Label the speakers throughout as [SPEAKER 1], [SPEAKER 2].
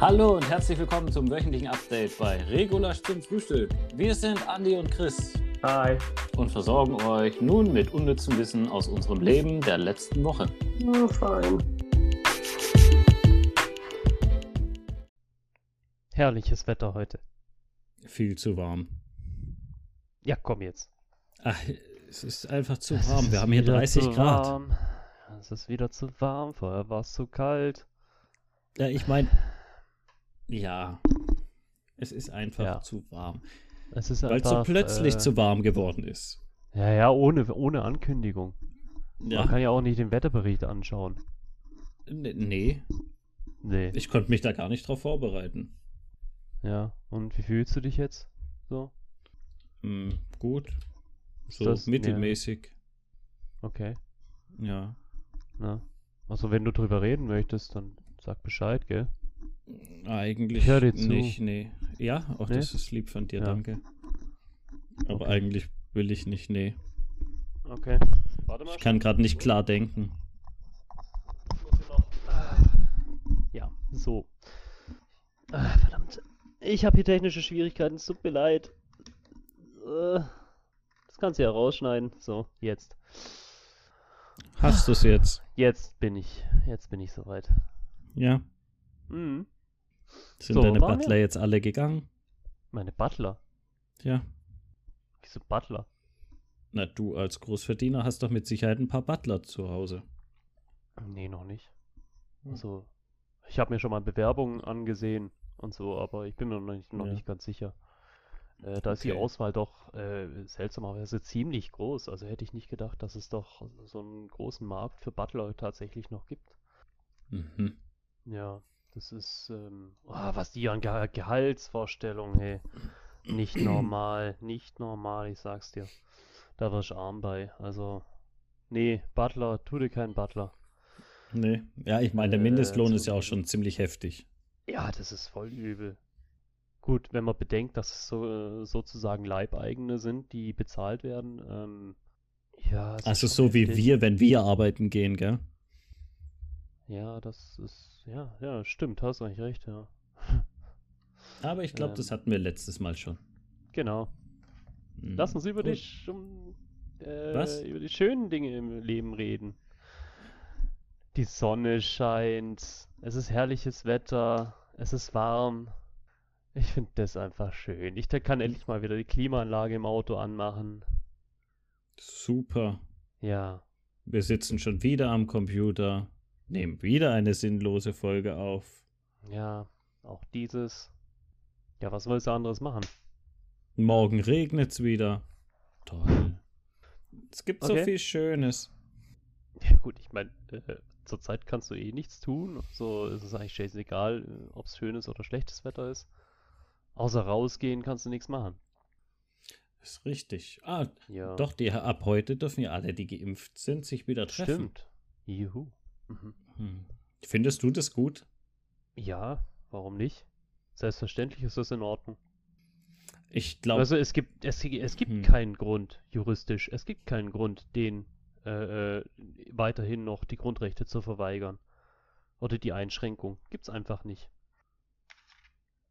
[SPEAKER 1] Hallo und herzlich willkommen zum wöchentlichen Update bei Regular zum Frühstück. Wir sind Andi und Chris
[SPEAKER 2] Hi.
[SPEAKER 1] und versorgen euch nun mit unnützem Wissen aus unserem Leben der letzten Woche.
[SPEAKER 2] Oh, fein.
[SPEAKER 3] Herrliches Wetter heute.
[SPEAKER 1] Viel zu warm.
[SPEAKER 3] Ja, komm jetzt.
[SPEAKER 1] Ach, es ist einfach zu
[SPEAKER 3] Es
[SPEAKER 1] warm.
[SPEAKER 3] ist
[SPEAKER 1] Wir haben hier
[SPEAKER 3] wieder
[SPEAKER 1] 30
[SPEAKER 3] zu
[SPEAKER 1] Grad.
[SPEAKER 3] Warm. Es ist wieder zu warm. Vorher war es zu kalt.
[SPEAKER 1] Ja, ich meine, ja, es ist einfach
[SPEAKER 3] Ja.
[SPEAKER 1] zu warm,
[SPEAKER 3] Es ist
[SPEAKER 1] weil es so
[SPEAKER 3] einfach,
[SPEAKER 1] plötzlich
[SPEAKER 3] äh,
[SPEAKER 1] zu warm geworden ist.
[SPEAKER 3] Ja, ja, ohne, ohne Ankündigung. Man
[SPEAKER 1] Ja,
[SPEAKER 3] kann ja auch nicht den Wetterbericht anschauen.
[SPEAKER 1] n- nee,
[SPEAKER 3] Nee.
[SPEAKER 1] ich konnte mich da gar nicht drauf vorbereiten.
[SPEAKER 3] Ja. Und wie fühlst du dich jetzt? So?
[SPEAKER 1] Hm, gut,
[SPEAKER 3] Ist
[SPEAKER 1] so
[SPEAKER 3] das-
[SPEAKER 1] mittelmäßig.
[SPEAKER 3] Ja, okay.
[SPEAKER 1] Ja.
[SPEAKER 3] Na. Also wenn du drüber reden möchtest, dann sag Bescheid, gell?
[SPEAKER 1] Eigentlich
[SPEAKER 3] Ich hör dir zu.
[SPEAKER 1] nicht, nee. Ja, auch
[SPEAKER 3] Nee?
[SPEAKER 1] das ist lieb von dir,
[SPEAKER 3] Ja.
[SPEAKER 1] danke. Aber
[SPEAKER 3] Okay.
[SPEAKER 1] eigentlich will ich nicht, nee.
[SPEAKER 3] Okay. Warte mal.
[SPEAKER 1] Ich kann gerade nicht klar denken.
[SPEAKER 3] äh, Ja, so. Ah, verdammt. Ich habe hier technische Schwierigkeiten, es tut mir leid. Äh, Das kannst du ja rausschneiden. So, jetzt.
[SPEAKER 1] Hast du
[SPEAKER 3] Ah.
[SPEAKER 1] es jetzt?
[SPEAKER 3] Jetzt bin ich. Jetzt bin ich soweit.
[SPEAKER 1] Ja.
[SPEAKER 3] Mhm.
[SPEAKER 1] Sind
[SPEAKER 3] So,
[SPEAKER 1] deine
[SPEAKER 3] wo waren
[SPEAKER 1] Butler jetzt alle gegangen?
[SPEAKER 3] Meine Butler.
[SPEAKER 1] Ja.
[SPEAKER 3] Wieso Butler?
[SPEAKER 1] Na, du als Großverdiener hast doch mit Sicherheit ein paar Butler zu Hause.
[SPEAKER 3] Nee, noch nicht.
[SPEAKER 1] Hm.
[SPEAKER 3] Also, ich habe mir schon mal Bewerbungen angesehen und so, aber ich bin mir noch nicht, noch
[SPEAKER 1] Ja.
[SPEAKER 3] nicht ganz sicher. Äh, da ist die
[SPEAKER 1] Okay.
[SPEAKER 3] Auswahl doch äh, seltsamerweise ziemlich groß. Also hätte ich nicht gedacht, dass es doch so einen großen Markt für Butler tatsächlich noch gibt.
[SPEAKER 1] Mhm.
[SPEAKER 3] Ja, das ist, ähm, oh, was die an Ge Gehaltsvorstellungen, hey. Nicht normal, nicht normal, ich sag's dir. Da wirst du arm bei. Also, nee, Butler, tu dir keinen Butler.
[SPEAKER 1] Nee. Ja, ich meine, der
[SPEAKER 3] Äh,
[SPEAKER 1] Mindestlohn
[SPEAKER 3] so-
[SPEAKER 1] ist ja auch schon ziemlich heftig.
[SPEAKER 3] Ja, das ist voll übel. Gut, wenn man bedenkt, dass es so, äh, sozusagen Leibeigene sind, die bezahlt werden. Ähm, ja, es ist
[SPEAKER 1] Also
[SPEAKER 3] schon
[SPEAKER 1] so wie
[SPEAKER 3] heftig.
[SPEAKER 1] wir, wenn wir arbeiten gehen, gell?
[SPEAKER 3] Ja, das ist, ja, ja, stimmt, hast eigentlich recht, ja.
[SPEAKER 1] Aber ich glaube,
[SPEAKER 3] Ähm.
[SPEAKER 1] das hatten wir letztes Mal schon.
[SPEAKER 3] Genau.
[SPEAKER 1] Mhm.
[SPEAKER 3] Lass uns über
[SPEAKER 1] Gut.
[SPEAKER 3] die, sch- um, äh,
[SPEAKER 1] Was?
[SPEAKER 3] über die schönen Dinge im Leben reden. Die Sonne scheint, es ist herrliches Wetter, es ist warm. Ich finde das einfach schön. Ich kann endlich mal wieder die Klimaanlage im Auto anmachen.
[SPEAKER 1] Super.
[SPEAKER 3] Ja,
[SPEAKER 1] Wir sitzen schon wieder am Computer, nehmen wieder eine sinnlose Folge auf.
[SPEAKER 3] ja, auch dieses. Ja, was willst du anderes machen?
[SPEAKER 1] Morgen regnet's wieder. Toll. Es gibt so
[SPEAKER 3] Okay.
[SPEAKER 1] viel Schönes.
[SPEAKER 3] Ja, gut, ich meine, äh, zurzeit kannst du eh nichts tun. So ist es eigentlich scheißegal, äh, ob es schönes oder schlechtes Wetter ist. Außer rausgehen kannst du nichts machen.
[SPEAKER 1] Ist richtig. Ah,
[SPEAKER 3] Ja,
[SPEAKER 1] doch, die, ab heute dürfen ja alle, die geimpft sind, sich wieder treffen.
[SPEAKER 3] stimmt. Juhu. Mhm.
[SPEAKER 1] Hm. Findest du das gut?
[SPEAKER 3] Ja, warum nicht? Selbstverständlich ist das in Ordnung.
[SPEAKER 1] Ich glaube,
[SPEAKER 3] Also es gibt es, es gibt
[SPEAKER 1] Hm.
[SPEAKER 3] keinen Grund juristisch, es gibt keinen Grund, den äh, äh, weiterhin noch die Grundrechte zu verweigern oder die Einschränkung gibt's einfach nicht.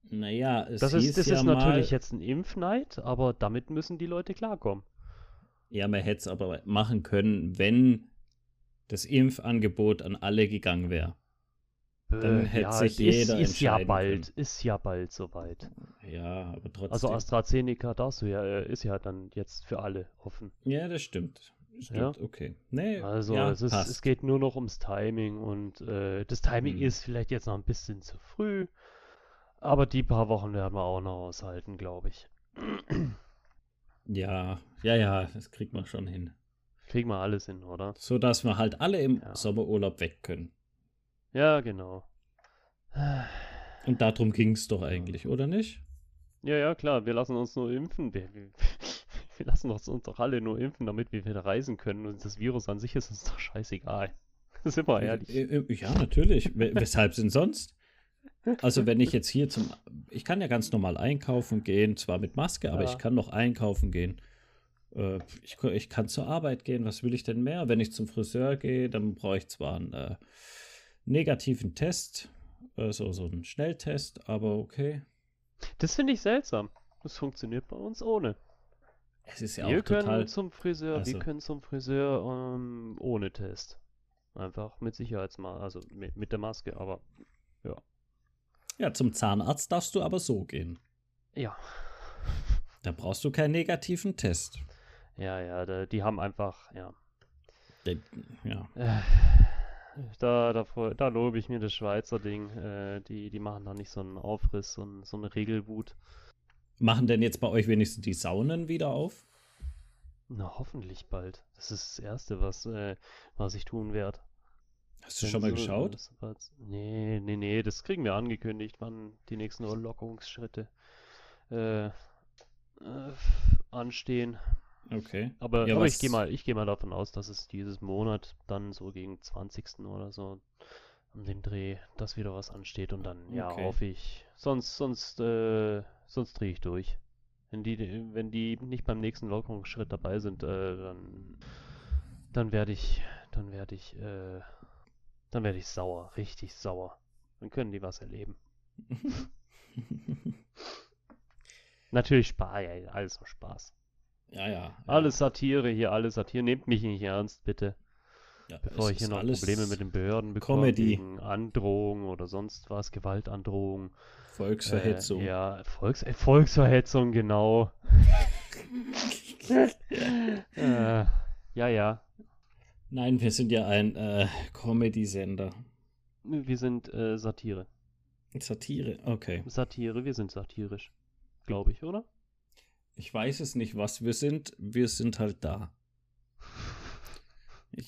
[SPEAKER 1] naja, es
[SPEAKER 3] Das
[SPEAKER 1] hieß
[SPEAKER 3] ist, das
[SPEAKER 1] ja
[SPEAKER 3] ist
[SPEAKER 1] mal,
[SPEAKER 3] natürlich jetzt ein Impfneid, aber damit müssen die Leute klarkommen.
[SPEAKER 1] ja, man hätte es aber machen können, wenn das Impfangebot an alle gegangen wäre. Dann hätte sich
[SPEAKER 3] Äh, es
[SPEAKER 1] jeder
[SPEAKER 3] ist, ist ja
[SPEAKER 1] entscheiden
[SPEAKER 3] bald, ist ja bald soweit.
[SPEAKER 1] Ja, aber trotzdem.
[SPEAKER 3] Also AstraZeneca darfst du ja, äh, ist ja dann jetzt für alle offen.
[SPEAKER 1] ja, das stimmt. Stimmt, okay. Nee,
[SPEAKER 3] Also
[SPEAKER 1] ja,
[SPEAKER 3] es, ist,
[SPEAKER 1] passt.
[SPEAKER 3] es geht nur noch ums Timing und äh, das Timing
[SPEAKER 1] Mhm.
[SPEAKER 3] ist vielleicht jetzt noch ein bisschen zu früh, aber die paar Wochen werden wir auch noch aushalten, glaube ich.
[SPEAKER 1] Ja, ja, ja, das kriegt man schon hin.
[SPEAKER 3] Kriegen wir alles hin, oder?
[SPEAKER 1] So dass wir halt alle im
[SPEAKER 3] Ja.
[SPEAKER 1] Sommerurlaub weg können.
[SPEAKER 3] Ja, genau.
[SPEAKER 1] Und darum ging es doch eigentlich, oder nicht?
[SPEAKER 3] Ja, ja, klar, wir lassen uns nur impfen. Wir, wir, wir lassen uns, uns doch alle nur impfen, damit wir wieder reisen können und das Virus an sich ist uns doch scheißegal. Sind wir ehrlich.
[SPEAKER 1] Äh, äh, Ja, natürlich. We- Weshalb denn sonst? Also, wenn ich jetzt hier zum. Ich kann ja ganz normal einkaufen gehen, zwar mit Maske, aber
[SPEAKER 3] Ja.
[SPEAKER 1] ich kann noch einkaufen gehen. Äh, Ich, ko- ich kann zur Arbeit gehen, was will ich denn mehr? Wenn ich zum Friseur gehe, dann brauche ich zwar einen äh, negativen Test, Also so ein Schnelltest, aber okay.
[SPEAKER 3] Das finde ich seltsam. Das funktioniert bei uns ohne.
[SPEAKER 1] Es ist ja
[SPEAKER 3] wir
[SPEAKER 1] auch total.
[SPEAKER 3] können zum Friseur,
[SPEAKER 1] Also-
[SPEAKER 3] wir können zum Friseur ähm, ohne Test. Einfach mit Sicherheitsmaß, also mit, mit der Maske, aber
[SPEAKER 1] Ja, zum Zahnarzt darfst du aber so gehen.
[SPEAKER 3] ja.
[SPEAKER 1] Da brauchst du keinen negativen Test.
[SPEAKER 3] Ja, ja, da, die haben einfach, ja.
[SPEAKER 1] Denn- Ja,
[SPEAKER 3] Äh, Da, da, freu- da lobe ich mir das Schweizer Ding. Äh, die, die machen da nicht so einen Aufriss, so, ein, so eine Regelwut.
[SPEAKER 1] Machen denn jetzt bei euch wenigstens die Saunen wieder auf?
[SPEAKER 3] Na, hoffentlich bald. Das ist das Erste, was, äh, was ich tun werde.
[SPEAKER 1] Hast du schon mal geschaut?
[SPEAKER 3] Nee, nee, nee, das kriegen wir angekündigt, wann die nächsten Lockerungsschritte äh, äh, anstehen.
[SPEAKER 1] Okay.
[SPEAKER 3] Aber,
[SPEAKER 1] Ja,
[SPEAKER 3] aber
[SPEAKER 1] was-
[SPEAKER 3] ich gehe mal, ich geh mal davon aus, dass es dieses Monat dann so gegen 20. oder so an dem Dreh, dass wieder was ansteht und dann, ja,
[SPEAKER 1] Okay.
[SPEAKER 3] hoffe ich. Sonst, sonst, äh, sonst drehe ich durch. Wenn die, wenn die nicht beim nächsten Lockerungsschritt dabei sind, äh, dann, dann werde ich, dann werde ich, äh, dann werde ich sauer, richtig sauer. Dann können die was erleben. Natürlich Spaß, ja, alles nur Spaß.
[SPEAKER 1] ja, ja.
[SPEAKER 3] Alles Satire hier, alles Satire. Nehmt mich nicht ernst, bitte.
[SPEAKER 1] ja,
[SPEAKER 3] Bevor
[SPEAKER 1] es
[SPEAKER 3] ich hier
[SPEAKER 1] ist
[SPEAKER 3] noch
[SPEAKER 1] alles
[SPEAKER 3] Probleme mit den Behörden bekomme
[SPEAKER 1] Comedy.
[SPEAKER 3] wegen Androhung oder sonst was, Gewaltandrohung.
[SPEAKER 1] Volksverhetzung.
[SPEAKER 3] Äh, ja, Volks äh, Volksverhetzung, genau. äh, ja, ja.
[SPEAKER 1] Nein, wir sind ja ein äh, Comedy-Sender.
[SPEAKER 3] Wir sind äh, Satire.
[SPEAKER 1] Satire, okay.
[SPEAKER 3] Satire, wir sind satirisch. Glaube ich, oder?
[SPEAKER 1] Ich weiß es nicht, was wir sind. Wir sind halt da.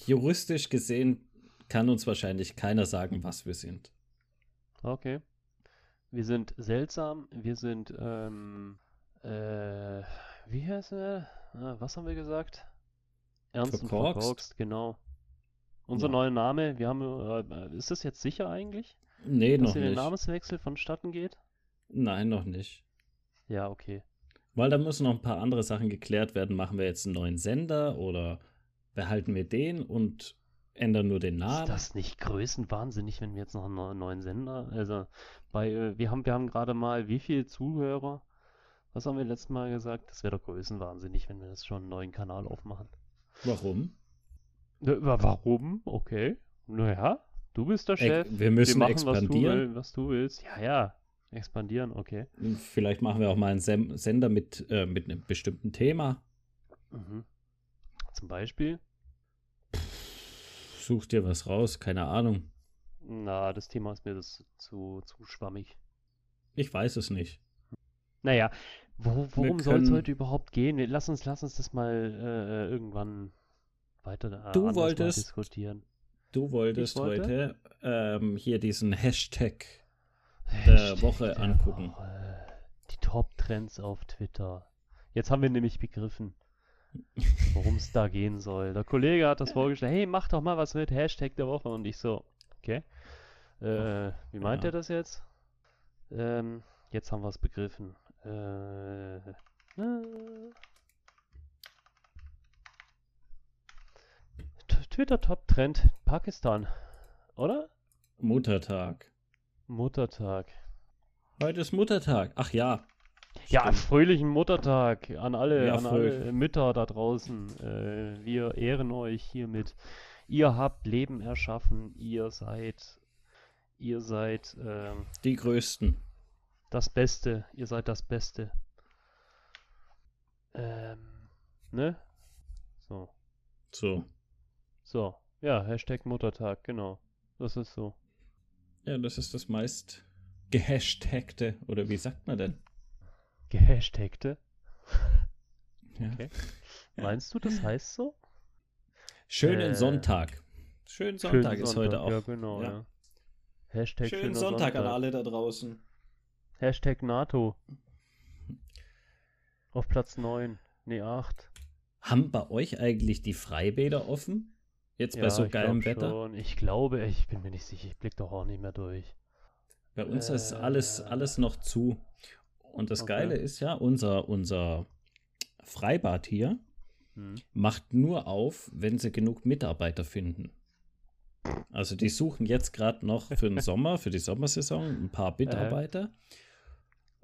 [SPEAKER 1] Juristisch gesehen kann uns wahrscheinlich keiner sagen, was wir sind.
[SPEAKER 3] Okay. Wir sind seltsam, wir sind, ähm, äh, wie heißt er? Äh, was haben wir gesagt? Ernst und
[SPEAKER 1] Verkorkst.
[SPEAKER 3] verkorkst, genau. Unser
[SPEAKER 1] Ja.
[SPEAKER 3] neuer Name, wir haben, äh, äh, ist das jetzt sicher eigentlich,
[SPEAKER 1] Nee,
[SPEAKER 3] dass
[SPEAKER 1] noch
[SPEAKER 3] hier der
[SPEAKER 1] nicht.
[SPEAKER 3] Namenswechsel vonstatten geht?
[SPEAKER 1] Nein, noch nicht.
[SPEAKER 3] Ja, okay.
[SPEAKER 1] Weil da müssen noch ein paar andere Sachen geklärt werden. Machen wir jetzt einen neuen Sender oder behalten wir den und ändern nur den Namen?
[SPEAKER 3] Ist das nicht größenwahnsinnig, wenn wir jetzt noch einen neu- neuen Sender, also, bei, äh, wir haben, wir haben gerade mal, wie viele Zuhörer? Was haben wir letztes Mal gesagt? Das wäre doch größenwahnsinnig, wenn wir jetzt schon einen neuen Kanal aufmachen.
[SPEAKER 1] Warum?
[SPEAKER 3] Ne, wa- Warum? Okay. Naja, du bist der Chef.
[SPEAKER 1] Ex- wir müssen
[SPEAKER 3] machen,
[SPEAKER 1] expandieren.
[SPEAKER 3] Was du, will, was du willst. Ja, ja. Expandieren, okay.
[SPEAKER 1] Vielleicht machen wir auch mal einen Sem Sender mit, äh, mit einem bestimmten Thema.
[SPEAKER 3] Mhm. Zum Beispiel,
[SPEAKER 1] Such dir was raus, keine Ahnung.
[SPEAKER 3] na, das Thema ist mir das zu, zu schwammig.
[SPEAKER 1] Ich weiß es nicht.
[SPEAKER 3] Naja, wo, worum
[SPEAKER 1] Wir
[SPEAKER 3] soll es
[SPEAKER 1] können-
[SPEAKER 3] heute überhaupt gehen? Wir- Lass uns, lass uns das mal äh, irgendwann weiter äh,
[SPEAKER 1] Du
[SPEAKER 3] anders mal
[SPEAKER 1] wolltest-
[SPEAKER 3] diskutieren.
[SPEAKER 1] Du wolltest
[SPEAKER 3] Ich wollte-
[SPEAKER 1] heute ähm, hier diesen Hashtag.
[SPEAKER 3] Hashtag
[SPEAKER 1] Woche angucken.
[SPEAKER 3] Woche. Die Top-Trends auf Twitter. Jetzt haben wir nämlich begriffen, worum es da gehen soll. Der Kollege hat das vorgeschlagen, hey, mach doch mal was mit Hashtag der Woche. Und ich so, okay. Äh, wie meint
[SPEAKER 1] ja.
[SPEAKER 3] er das jetzt? Ähm, jetzt haben wir es begriffen. Äh, äh. T- Twitter-Top-Trend Pakistan, oder?
[SPEAKER 1] Muttertag.
[SPEAKER 3] Muttertag.
[SPEAKER 1] Heute ist Muttertag. Ach ja.
[SPEAKER 3] Ja,
[SPEAKER 1] Stimmt.
[SPEAKER 3] fröhlichen Muttertag an alle,
[SPEAKER 1] Ja,
[SPEAKER 3] an alle
[SPEAKER 1] fröhlich.
[SPEAKER 3] Mütter da draußen. Äh, wir ehren euch hiermit. Ihr habt Leben erschaffen. Ihr seid, ihr seid ähm,
[SPEAKER 1] die größten.
[SPEAKER 3] das Beste. Ihr seid das Beste. Ähm, ne? So,
[SPEAKER 1] So.
[SPEAKER 3] so. Ja, Hashtag Muttertag, genau. Das ist so.
[SPEAKER 1] Ja, das ist das meist gehashtagte. Oder wie sagt man denn?
[SPEAKER 3] Gehashtagte.
[SPEAKER 1] Ja.
[SPEAKER 3] Okay. Meinst du, das heißt so?
[SPEAKER 1] Schönen
[SPEAKER 3] Äh,
[SPEAKER 1] Sonntag. Schönen Sonntag
[SPEAKER 3] Schönen
[SPEAKER 1] ist heute auch.
[SPEAKER 3] Ja, genau, ja.
[SPEAKER 1] ja.
[SPEAKER 3] Hashtag
[SPEAKER 1] Schönen
[SPEAKER 3] schöner
[SPEAKER 1] Sonntag an alle da draußen.
[SPEAKER 3] Hashtag NATO. Auf Platz 9. Nee, 8.
[SPEAKER 1] Haben bei euch eigentlich die Freibäder offen? Jetzt bei so geilem Wetter?
[SPEAKER 3] Schon. Ich glaube, ich bin mir nicht sicher. Ich blick doch auch nicht mehr durch.
[SPEAKER 1] Bei uns ist
[SPEAKER 3] Äh,
[SPEAKER 1] alles, alles noch zu. Und das
[SPEAKER 3] okay.
[SPEAKER 1] Geile ist ja, unser, unser Freibad hier
[SPEAKER 3] Hm.
[SPEAKER 1] macht nur auf, wenn sie genug Mitarbeiter finden. Also die suchen jetzt gerade noch für den Sommer, für die Sommersaison ein
[SPEAKER 3] Äh.
[SPEAKER 1] paar Mitarbeiter.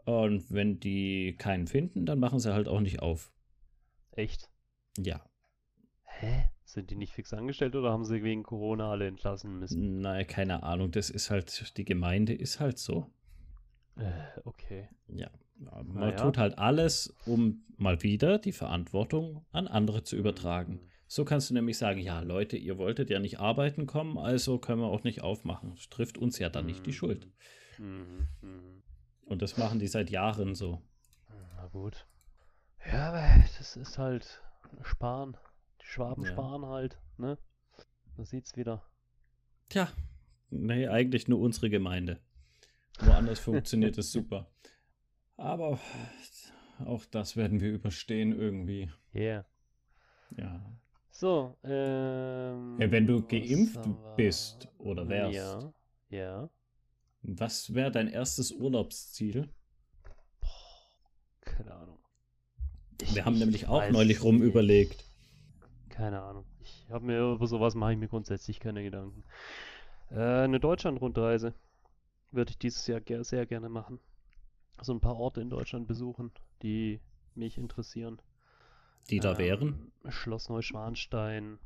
[SPEAKER 1] Und wenn die keinen finden, dann machen sie halt auch nicht auf.
[SPEAKER 3] Echt?
[SPEAKER 1] Ja.
[SPEAKER 3] Hä? Sind die nicht fix angestellt oder haben sie wegen Corona alle entlassen müssen?
[SPEAKER 1] Naja, keine Ahnung. Das ist halt, die Gemeinde ist halt so. Hm.
[SPEAKER 3] Äh, okay.
[SPEAKER 1] Ja. Man
[SPEAKER 3] ja.
[SPEAKER 1] tut halt alles, um mal wieder die Verantwortung an andere zu übertragen.
[SPEAKER 3] Hm.
[SPEAKER 1] So kannst du nämlich sagen, ja, Leute, ihr wolltet ja nicht arbeiten kommen, also können wir auch nicht aufmachen. Das trifft uns ja dann
[SPEAKER 3] Hm.
[SPEAKER 1] nicht die Schuld.
[SPEAKER 3] Mhm, mhm.
[SPEAKER 1] Und das machen die seit Jahren so.
[SPEAKER 3] Na gut. Ja, aber das ist halt Sparen. Die Schwaben
[SPEAKER 1] Ja.
[SPEAKER 3] sparen halt, ne? Man sieht's wieder.
[SPEAKER 1] Tja, nee, eigentlich nur unsere Gemeinde. Woanders funktioniert es super. Aber auch das werden wir überstehen irgendwie.
[SPEAKER 3] Yeah.
[SPEAKER 1] Ja.
[SPEAKER 3] So, ähm.
[SPEAKER 1] Ja, wenn du
[SPEAKER 3] was
[SPEAKER 1] geimpft
[SPEAKER 3] haben wir?
[SPEAKER 1] bist oder wärst.
[SPEAKER 3] Ja. Ja.
[SPEAKER 1] Was wäre dein erstes Urlaubsziel?
[SPEAKER 3] Keine Ahnung.
[SPEAKER 1] Wir haben nämlich auch
[SPEAKER 3] weiß
[SPEAKER 1] neulich rum
[SPEAKER 3] nicht.
[SPEAKER 1] überlegt.
[SPEAKER 3] Keine Ahnung. Ich habe mir über sowas mache ich mir grundsätzlich keine Gedanken. Äh, eine Deutschland-Rundreise würde ich dieses Jahr ger sehr gerne machen. So ein paar Orte in Deutschland besuchen, die mich interessieren.
[SPEAKER 1] Die da
[SPEAKER 3] Ähm,
[SPEAKER 1] wären?
[SPEAKER 3] Schloss Neuschwanstein.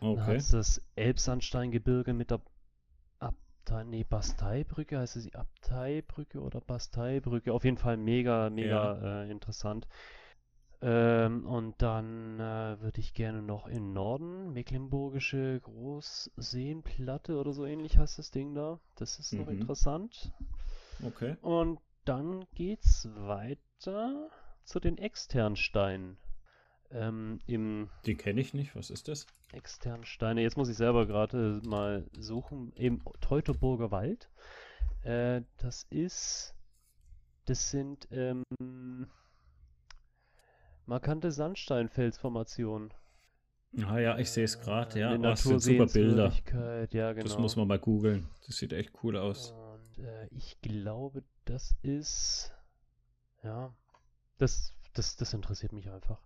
[SPEAKER 3] Dann
[SPEAKER 1] Okay.
[SPEAKER 3] hat's das Elbsandsteingebirge mit der Abtei, nee, Basteibrücke heißt es die Abteibrücke oder Basteibrücke. Auf jeden Fall mega, mega äh, interessant. Ähm, und dann äh, würde ich gerne noch in Norden, Mecklenburgische Großseenplatte oder so ähnlich heißt das Ding da. Das ist noch
[SPEAKER 1] Mhm.
[SPEAKER 3] interessant.
[SPEAKER 1] Okay.
[SPEAKER 3] Und dann geht's weiter zu den externen Steinen. Ähm, Im
[SPEAKER 1] Die kenne ich nicht. Was ist das?
[SPEAKER 3] externen Steine, jetzt muss ich selber gerade mal suchen, im Teutoburger Wald. Äh, das ist, das sind ähm, markante Sandsteinfelsformationen. Äh,
[SPEAKER 1] Ah ja, ich sehe es gerade. Ja,
[SPEAKER 3] Eine
[SPEAKER 1] oh, das sind super Bilder.
[SPEAKER 3] Natursehenswürdigkeit, Ja, genau.
[SPEAKER 1] Das muss man mal googeln. Das sieht echt cool aus.
[SPEAKER 3] Und äh, ich glaube, das ist. Ja. Das, das, das interessiert mich einfach.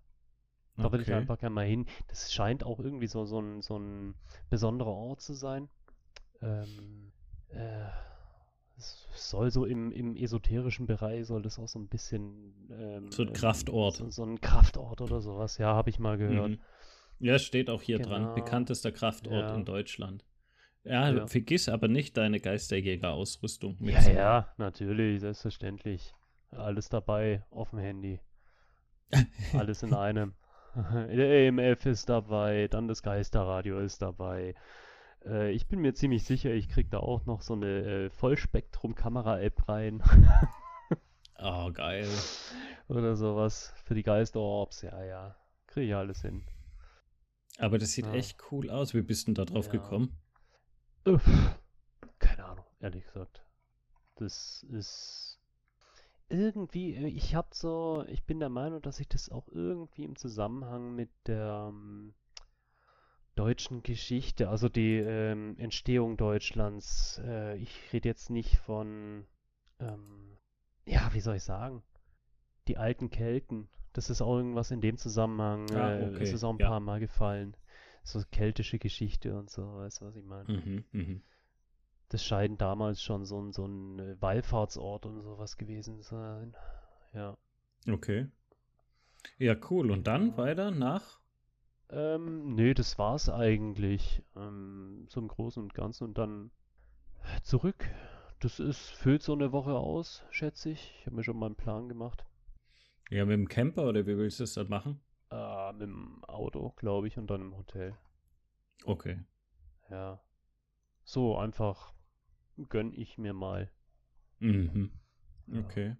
[SPEAKER 3] Da würde ich
[SPEAKER 1] Okay.
[SPEAKER 3] einfach gerne mal hin. Das scheint auch irgendwie so, so, ein, so ein besonderer Ort zu sein. Ähm, äh, es soll so im, im esoterischen Bereich, soll das auch so ein bisschen. Ähm,
[SPEAKER 1] So ein
[SPEAKER 3] ähm,
[SPEAKER 1] Kraftort.
[SPEAKER 3] So, so ein Kraftort oder sowas, ja, habe ich mal gehört.
[SPEAKER 1] Mhm. Ja, es steht auch hier
[SPEAKER 3] Genau.
[SPEAKER 1] dran. Bekanntester Kraftort
[SPEAKER 3] Ja.
[SPEAKER 1] in Deutschland. Ja,
[SPEAKER 3] Ja.
[SPEAKER 1] vergiss aber nicht deine Geisterjäger-Ausrüstung
[SPEAKER 3] Ja,
[SPEAKER 1] mitzunehmen.
[SPEAKER 3] ja, natürlich, selbstverständlich. Alles dabei, auf dem Handy. Alles in einem. Der EMF ist dabei, dann das Geisterradio ist dabei. Äh, ich bin mir ziemlich sicher, ich krieg da auch noch so eine äh, Vollspektrum-Kamera-App rein
[SPEAKER 1] Oh, geil.
[SPEAKER 3] oder sowas für die Geisterorbs. Ja, ja, kriege ich alles hin.
[SPEAKER 1] Aber das sieht
[SPEAKER 3] Ja.
[SPEAKER 1] echt cool aus. Wie bist du denn da drauf
[SPEAKER 3] Ja.
[SPEAKER 1] gekommen?
[SPEAKER 3] Uff, keine Ahnung, ehrlich gesagt. Das ist irgendwie, äh, ich habe so, ich bin der Meinung, dass ich das auch irgendwie im Zusammenhang mit der ähm, deutschen Geschichte, also die ähm, Entstehung Deutschlands, äh, ich rede jetzt nicht von, ähm, ja, wie soll ich sagen, die alten Kelten. Das ist auch irgendwas in dem Zusammenhang,
[SPEAKER 1] Ah,
[SPEAKER 3] äh, es
[SPEAKER 1] okay,
[SPEAKER 3] ist auch ein
[SPEAKER 1] ja.
[SPEAKER 3] paar Mal gefallen. So keltische Geschichte und so, weißt du, was ich meine?
[SPEAKER 1] Mhm, mhm.
[SPEAKER 3] Das scheint damals schon so ein, so ein äh, Wallfahrtsort und sowas gewesen zu sein. Ja.
[SPEAKER 1] Okay. Ja, cool. Und dann
[SPEAKER 3] Genau.
[SPEAKER 1] weiter nach?
[SPEAKER 3] Ähm, nee, das war's eigentlich. Ähm, so im Großen und Ganzen und dann zurück. Das ist, füllt so eine Woche aus, schätze ich. Ich habe mir schon mal einen Plan gemacht.
[SPEAKER 1] Ja, mit dem Camper oder wie willst du das dann machen?
[SPEAKER 3] Äh, mit dem Auto, glaube ich, und dann im Hotel.
[SPEAKER 1] Okay.
[SPEAKER 3] Ja. So einfach gönn ich mir mal.
[SPEAKER 1] Mhm.
[SPEAKER 3] Ja.
[SPEAKER 1] Okay.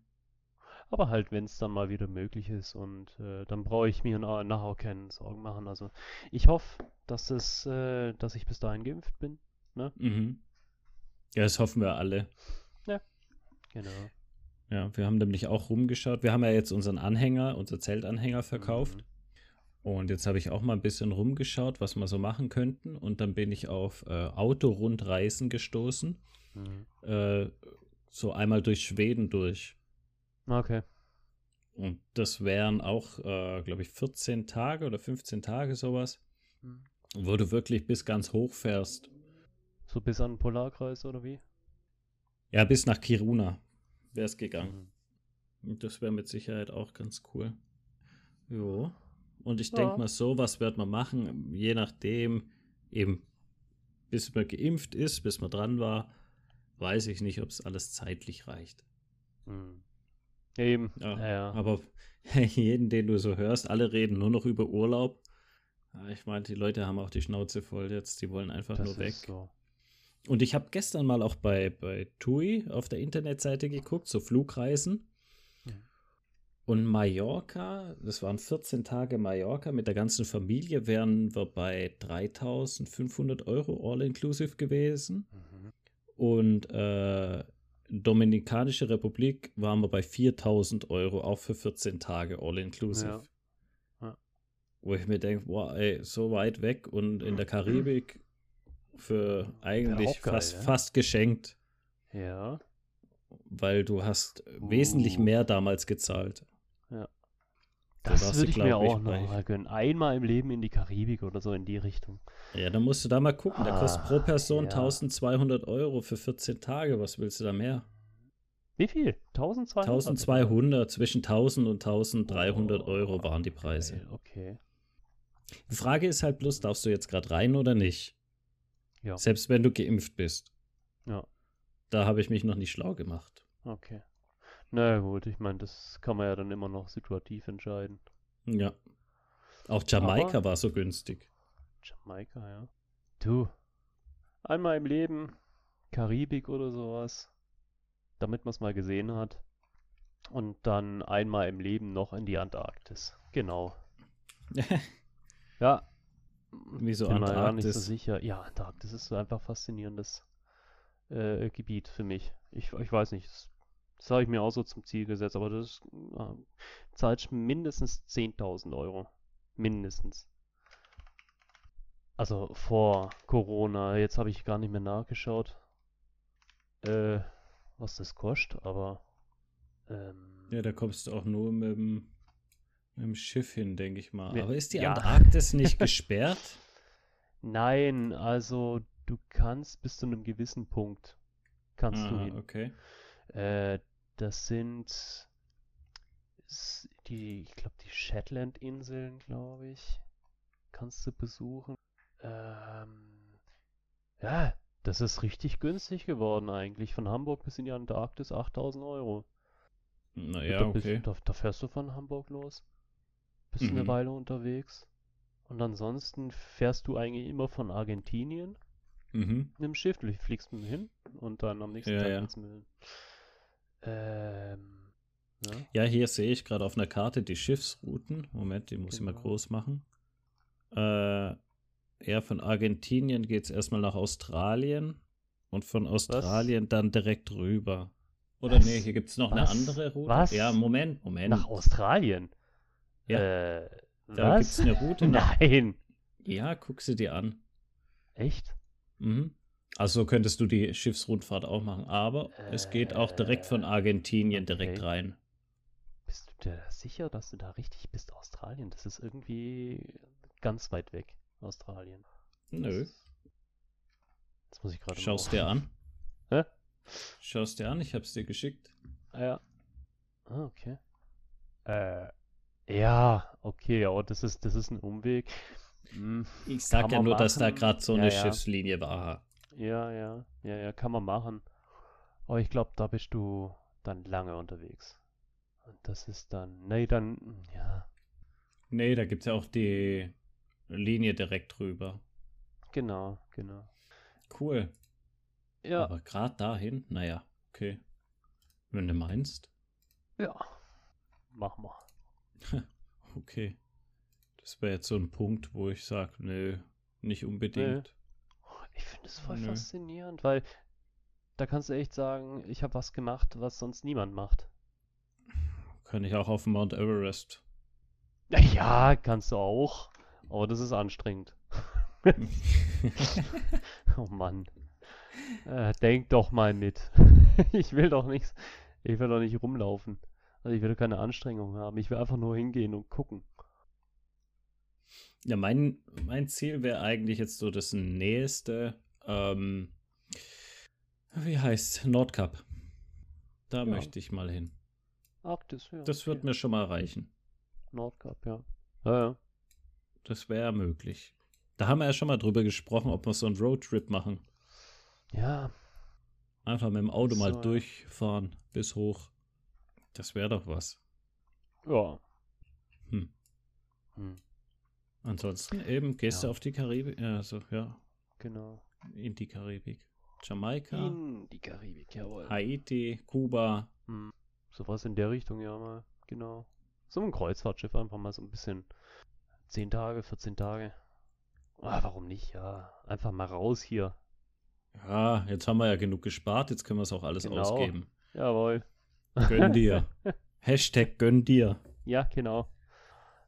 [SPEAKER 3] Aber halt, wenn es dann mal wieder möglich ist und äh, dann brauche ich mir na nachher auch keine Sorgen machen. Also ich hoffe, dass es, äh, dass ich bis dahin geimpft bin.
[SPEAKER 1] Mhm. Ja, das hoffen wir alle.
[SPEAKER 3] Genau.
[SPEAKER 1] Ja, wir haben nämlich auch rumgeschaut. Wir haben ja jetzt unseren Anhänger, unser Zeltanhänger verkauft.
[SPEAKER 3] Mhm.
[SPEAKER 1] Und jetzt habe ich auch mal ein bisschen rumgeschaut, was wir so machen könnten. Und dann bin ich auf äh, Autorundreisen gestoßen.
[SPEAKER 3] Mhm. Mhm.
[SPEAKER 1] Äh, so einmal durch Schweden durch.
[SPEAKER 3] Ah, Okay.
[SPEAKER 1] Und das wären auch, äh, glaube ich, 14 Tage oder 15 Tage sowas,
[SPEAKER 3] Mhm.
[SPEAKER 1] wo du wirklich bis ganz hoch fährst.
[SPEAKER 3] So bis an den Polarkreis oder wie?
[SPEAKER 1] Ja, bis nach Kiruna wäre es gegangen.
[SPEAKER 3] Mhm.
[SPEAKER 1] Und das wäre mit Sicherheit auch ganz cool. Jo. Und ich
[SPEAKER 3] Ja.
[SPEAKER 1] denke mal, sowas wird man machen, je nachdem, eben, bis man geimpft ist, bis man dran war, weiß ich nicht, ob es alles zeitlich reicht.
[SPEAKER 3] Mhm. Eben.
[SPEAKER 1] Ja,
[SPEAKER 3] Ja, ja.
[SPEAKER 1] Aber jeden, den du so hörst, alle reden nur noch über Urlaub. Ja, Ich meine, die Leute haben auch die Schnauze voll jetzt, die wollen einfach
[SPEAKER 3] das
[SPEAKER 1] nur weg.
[SPEAKER 3] ist so.
[SPEAKER 1] Und ich habe gestern mal auch bei, bei TUI auf der Internetseite geguckt, so Flugreisen.
[SPEAKER 3] Ja.
[SPEAKER 1] Und Mallorca, das waren 14 Tage Mallorca mit der ganzen Familie, wären wir bei 3500 Euro all-inclusive gewesen.
[SPEAKER 3] Mhm.
[SPEAKER 1] Und äh, Dominikanische Republik waren wir bei 4000 Euro, auch für 14 Tage all-inclusive.
[SPEAKER 3] Ja. Ja.
[SPEAKER 1] Wo ich mir denke, boah, ey, so weit weg und in der Karibik für eigentlich
[SPEAKER 3] auch geil,
[SPEAKER 1] fast,
[SPEAKER 3] ja.
[SPEAKER 1] fast geschenkt,
[SPEAKER 3] Ja.
[SPEAKER 1] weil du hast wesentlich
[SPEAKER 3] Uh.
[SPEAKER 1] mehr damals gezahlt. Da
[SPEAKER 3] Das
[SPEAKER 1] warst du,
[SPEAKER 3] würde ich mir
[SPEAKER 1] glaub ich,
[SPEAKER 3] auch
[SPEAKER 1] bei-
[SPEAKER 3] noch mal gönnen. Einmal im Leben in die Karibik oder so in die Richtung.
[SPEAKER 1] Ja, dann musst du da mal gucken. Da kostet pro
[SPEAKER 3] Ah,
[SPEAKER 1] Person
[SPEAKER 3] ja.
[SPEAKER 1] 1200 Euro für 14 Tage. Was willst du da mehr?
[SPEAKER 3] Wie viel? 1200?
[SPEAKER 1] 1200, zwischen 1000 und 1300 Euro waren die
[SPEAKER 3] Oh,
[SPEAKER 1] Preise.
[SPEAKER 3] geil, Okay.
[SPEAKER 1] Die Frage ist halt bloß, darfst du jetzt gerade rein oder nicht?
[SPEAKER 3] Ja.
[SPEAKER 1] Selbst wenn du geimpft bist.
[SPEAKER 3] Ja.
[SPEAKER 1] Da habe ich mich noch nicht schlau gemacht.
[SPEAKER 3] Okay. Na ja, gut, ich meine, das kann man ja dann immer noch situativ entscheiden.
[SPEAKER 1] Ja. Auch Jamaika
[SPEAKER 3] Aber-
[SPEAKER 1] war so günstig.
[SPEAKER 3] Jamaika, ja. Du, einmal im Leben, Karibik oder sowas, damit man es mal gesehen hat. Und dann einmal im Leben noch in die Antarktis. Genau. Ja.
[SPEAKER 1] Wieso
[SPEAKER 3] Bin mir gar nicht so
[SPEAKER 1] Antarktis?
[SPEAKER 3] sicher. Ja, Antarktis ist einfach faszinierendes äh, Gebiet für mich. Ich, ich weiß nicht, das, das habe ich mir auch so zum Ziel gesetzt, aber das äh, zahlt mindestens 10.000 Euro. Mindestens. Also vor Corona, jetzt habe ich gar nicht mehr nachgeschaut, äh, was das kostet, aber ähm,
[SPEAKER 1] Ja, da kommst du auch nur mit dem, mit dem Schiff hin, denke ich mal.
[SPEAKER 3] Ja.
[SPEAKER 1] Aber ist die
[SPEAKER 3] Ja.
[SPEAKER 1] Antarktis nicht gesperrt?
[SPEAKER 3] nein, also du kannst bis zu einem gewissen Punkt, kannst du
[SPEAKER 1] Ah,
[SPEAKER 3] hin.
[SPEAKER 1] okay.
[SPEAKER 3] Äh, das sind s- die, ich glaube, die Shetland-Inseln, glaube ich, kannst du besuchen. Ähm, ja, das ist richtig günstig geworden eigentlich. Von Hamburg bis in die Antarktis 8000 Euro.
[SPEAKER 1] Naja,
[SPEAKER 3] da, bist-
[SPEAKER 1] Ah okay.
[SPEAKER 3] da, da fährst du von Hamburg los, bist eine
[SPEAKER 1] Mhm.
[SPEAKER 3] Weile unterwegs. Und ansonsten fährst du eigentlich immer von Argentinien
[SPEAKER 1] Mhm.
[SPEAKER 3] mit dem Schiff, du fliegst mit dem hin und dann am nächsten
[SPEAKER 1] Ja,
[SPEAKER 3] Tag
[SPEAKER 1] ja.
[SPEAKER 3] geht's mit dem. Ähm, ja.
[SPEAKER 1] Ja, hier sehe ich gerade auf einer Karte die Schiffsrouten. Moment, die muss ich mal
[SPEAKER 3] Genau.
[SPEAKER 1] groß machen. Äh, ja, von Argentinien geht es erstmal nach Australien und von Australien dann direkt rüber. Oder
[SPEAKER 3] Was?
[SPEAKER 1] nee, hier gibt es noch eine
[SPEAKER 3] Was?
[SPEAKER 1] andere Route.
[SPEAKER 3] Was?
[SPEAKER 1] Ja, Moment, Moment.
[SPEAKER 3] Nach Australien?
[SPEAKER 1] Ja.
[SPEAKER 3] Äh,
[SPEAKER 1] da gibt
[SPEAKER 3] was?
[SPEAKER 1] es eine Route nach.
[SPEAKER 3] Nein!
[SPEAKER 1] Ja, guck sie dir an.
[SPEAKER 3] Echt?
[SPEAKER 1] Mhm. Also so könntest du die Schiffsrundfahrt auch machen, aber es geht auch direkt von
[SPEAKER 3] Äh,
[SPEAKER 1] Argentinien direkt
[SPEAKER 3] okay.
[SPEAKER 1] rein.
[SPEAKER 3] Bist du dir da sicher, dass du da richtig bist? Australien, das ist irgendwie ganz weit weg. Australien.
[SPEAKER 1] Nö,
[SPEAKER 3] Das- Jetzt muss ich gerade mal
[SPEAKER 1] schaust
[SPEAKER 3] auf-
[SPEAKER 1] dir an.
[SPEAKER 3] Hä?
[SPEAKER 1] Schaust dir an, ich hab's dir geschickt.
[SPEAKER 3] Ah, ja. Ah, okay. Äh, ja, okay, aber das ist, das ist ein Umweg. Hm.
[SPEAKER 1] Ich sag
[SPEAKER 3] Kann
[SPEAKER 1] ja
[SPEAKER 3] man
[SPEAKER 1] nur, dass da
[SPEAKER 3] machen.
[SPEAKER 1] gerade so
[SPEAKER 3] Ja,
[SPEAKER 1] eine
[SPEAKER 3] ja.
[SPEAKER 1] Schiffslinie war.
[SPEAKER 3] Ja, ja, ja, ja, kann man machen. Aber ich glaube, da bist du dann lange unterwegs. Und das ist dann, nee, dann, ja,
[SPEAKER 1] Nee, da gibt's ja auch die Linie direkt drüber.
[SPEAKER 3] genau, genau.
[SPEAKER 1] Cool.
[SPEAKER 3] Ja,
[SPEAKER 1] Aber gerade dahin, naja, okay. Wenn du meinst,
[SPEAKER 3] ja, mach mal.
[SPEAKER 1] okay. Das wäre jetzt so ein Punkt, wo ich sag, nö, nicht unbedingt.
[SPEAKER 3] Ich finde es voll
[SPEAKER 1] Nö.
[SPEAKER 3] faszinierend, weil da kannst du echt sagen, ich habe was gemacht, was sonst niemand macht.
[SPEAKER 1] Kann ich auch auf Mount Everest.
[SPEAKER 3] Na Ja, kannst du auch, aber das ist anstrengend. Oh Mann. Äh, denk doch mal mit. Ich will doch nichts. Ich will doch nicht rumlaufen. Also ich will doch keine Anstrengung haben. Ich will einfach nur hingehen und gucken.
[SPEAKER 1] Ja, mein, mein Ziel wäre eigentlich jetzt so das nächste ähm, Wie heißt Nordkap? Da
[SPEAKER 3] Ja.
[SPEAKER 1] möchte ich mal hin.
[SPEAKER 3] Arktis, ja.
[SPEAKER 1] Das wird
[SPEAKER 3] okay.
[SPEAKER 1] mir schon mal reichen.
[SPEAKER 3] Nordkap, ja. Ja, ja.
[SPEAKER 1] Das wäre möglich. Da haben wir ja schon mal drüber gesprochen, ob wir so einen Roadtrip machen.
[SPEAKER 3] Ja,
[SPEAKER 1] Einfach mit dem Auto mal
[SPEAKER 3] So, ja.
[SPEAKER 1] durchfahren bis hoch. Das wäre doch was.
[SPEAKER 3] ja.
[SPEAKER 1] Hm.
[SPEAKER 3] Hm,
[SPEAKER 1] Ansonsten eben gehst
[SPEAKER 3] Ja.
[SPEAKER 1] du auf die Karibik, also ja,
[SPEAKER 3] genau.
[SPEAKER 1] in die Karibik. Jamaika,
[SPEAKER 3] In die Karibik, jawohl.
[SPEAKER 1] Haiti, Kuba.
[SPEAKER 3] Sowas Hm. in der Richtung, ja mal. Genau. So ein Kreuzfahrtschiff einfach mal so ein bisschen. 10 Tage, 14 Tage. Ah, warum nicht? Ja, einfach mal raus hier.
[SPEAKER 1] Ja, jetzt haben wir ja genug gespart, jetzt können wir es auch alles
[SPEAKER 3] Genau.
[SPEAKER 1] ausgeben.
[SPEAKER 3] Jawohl.
[SPEAKER 1] Gönn dir. Hashtag gönn dir.
[SPEAKER 3] Ja, genau.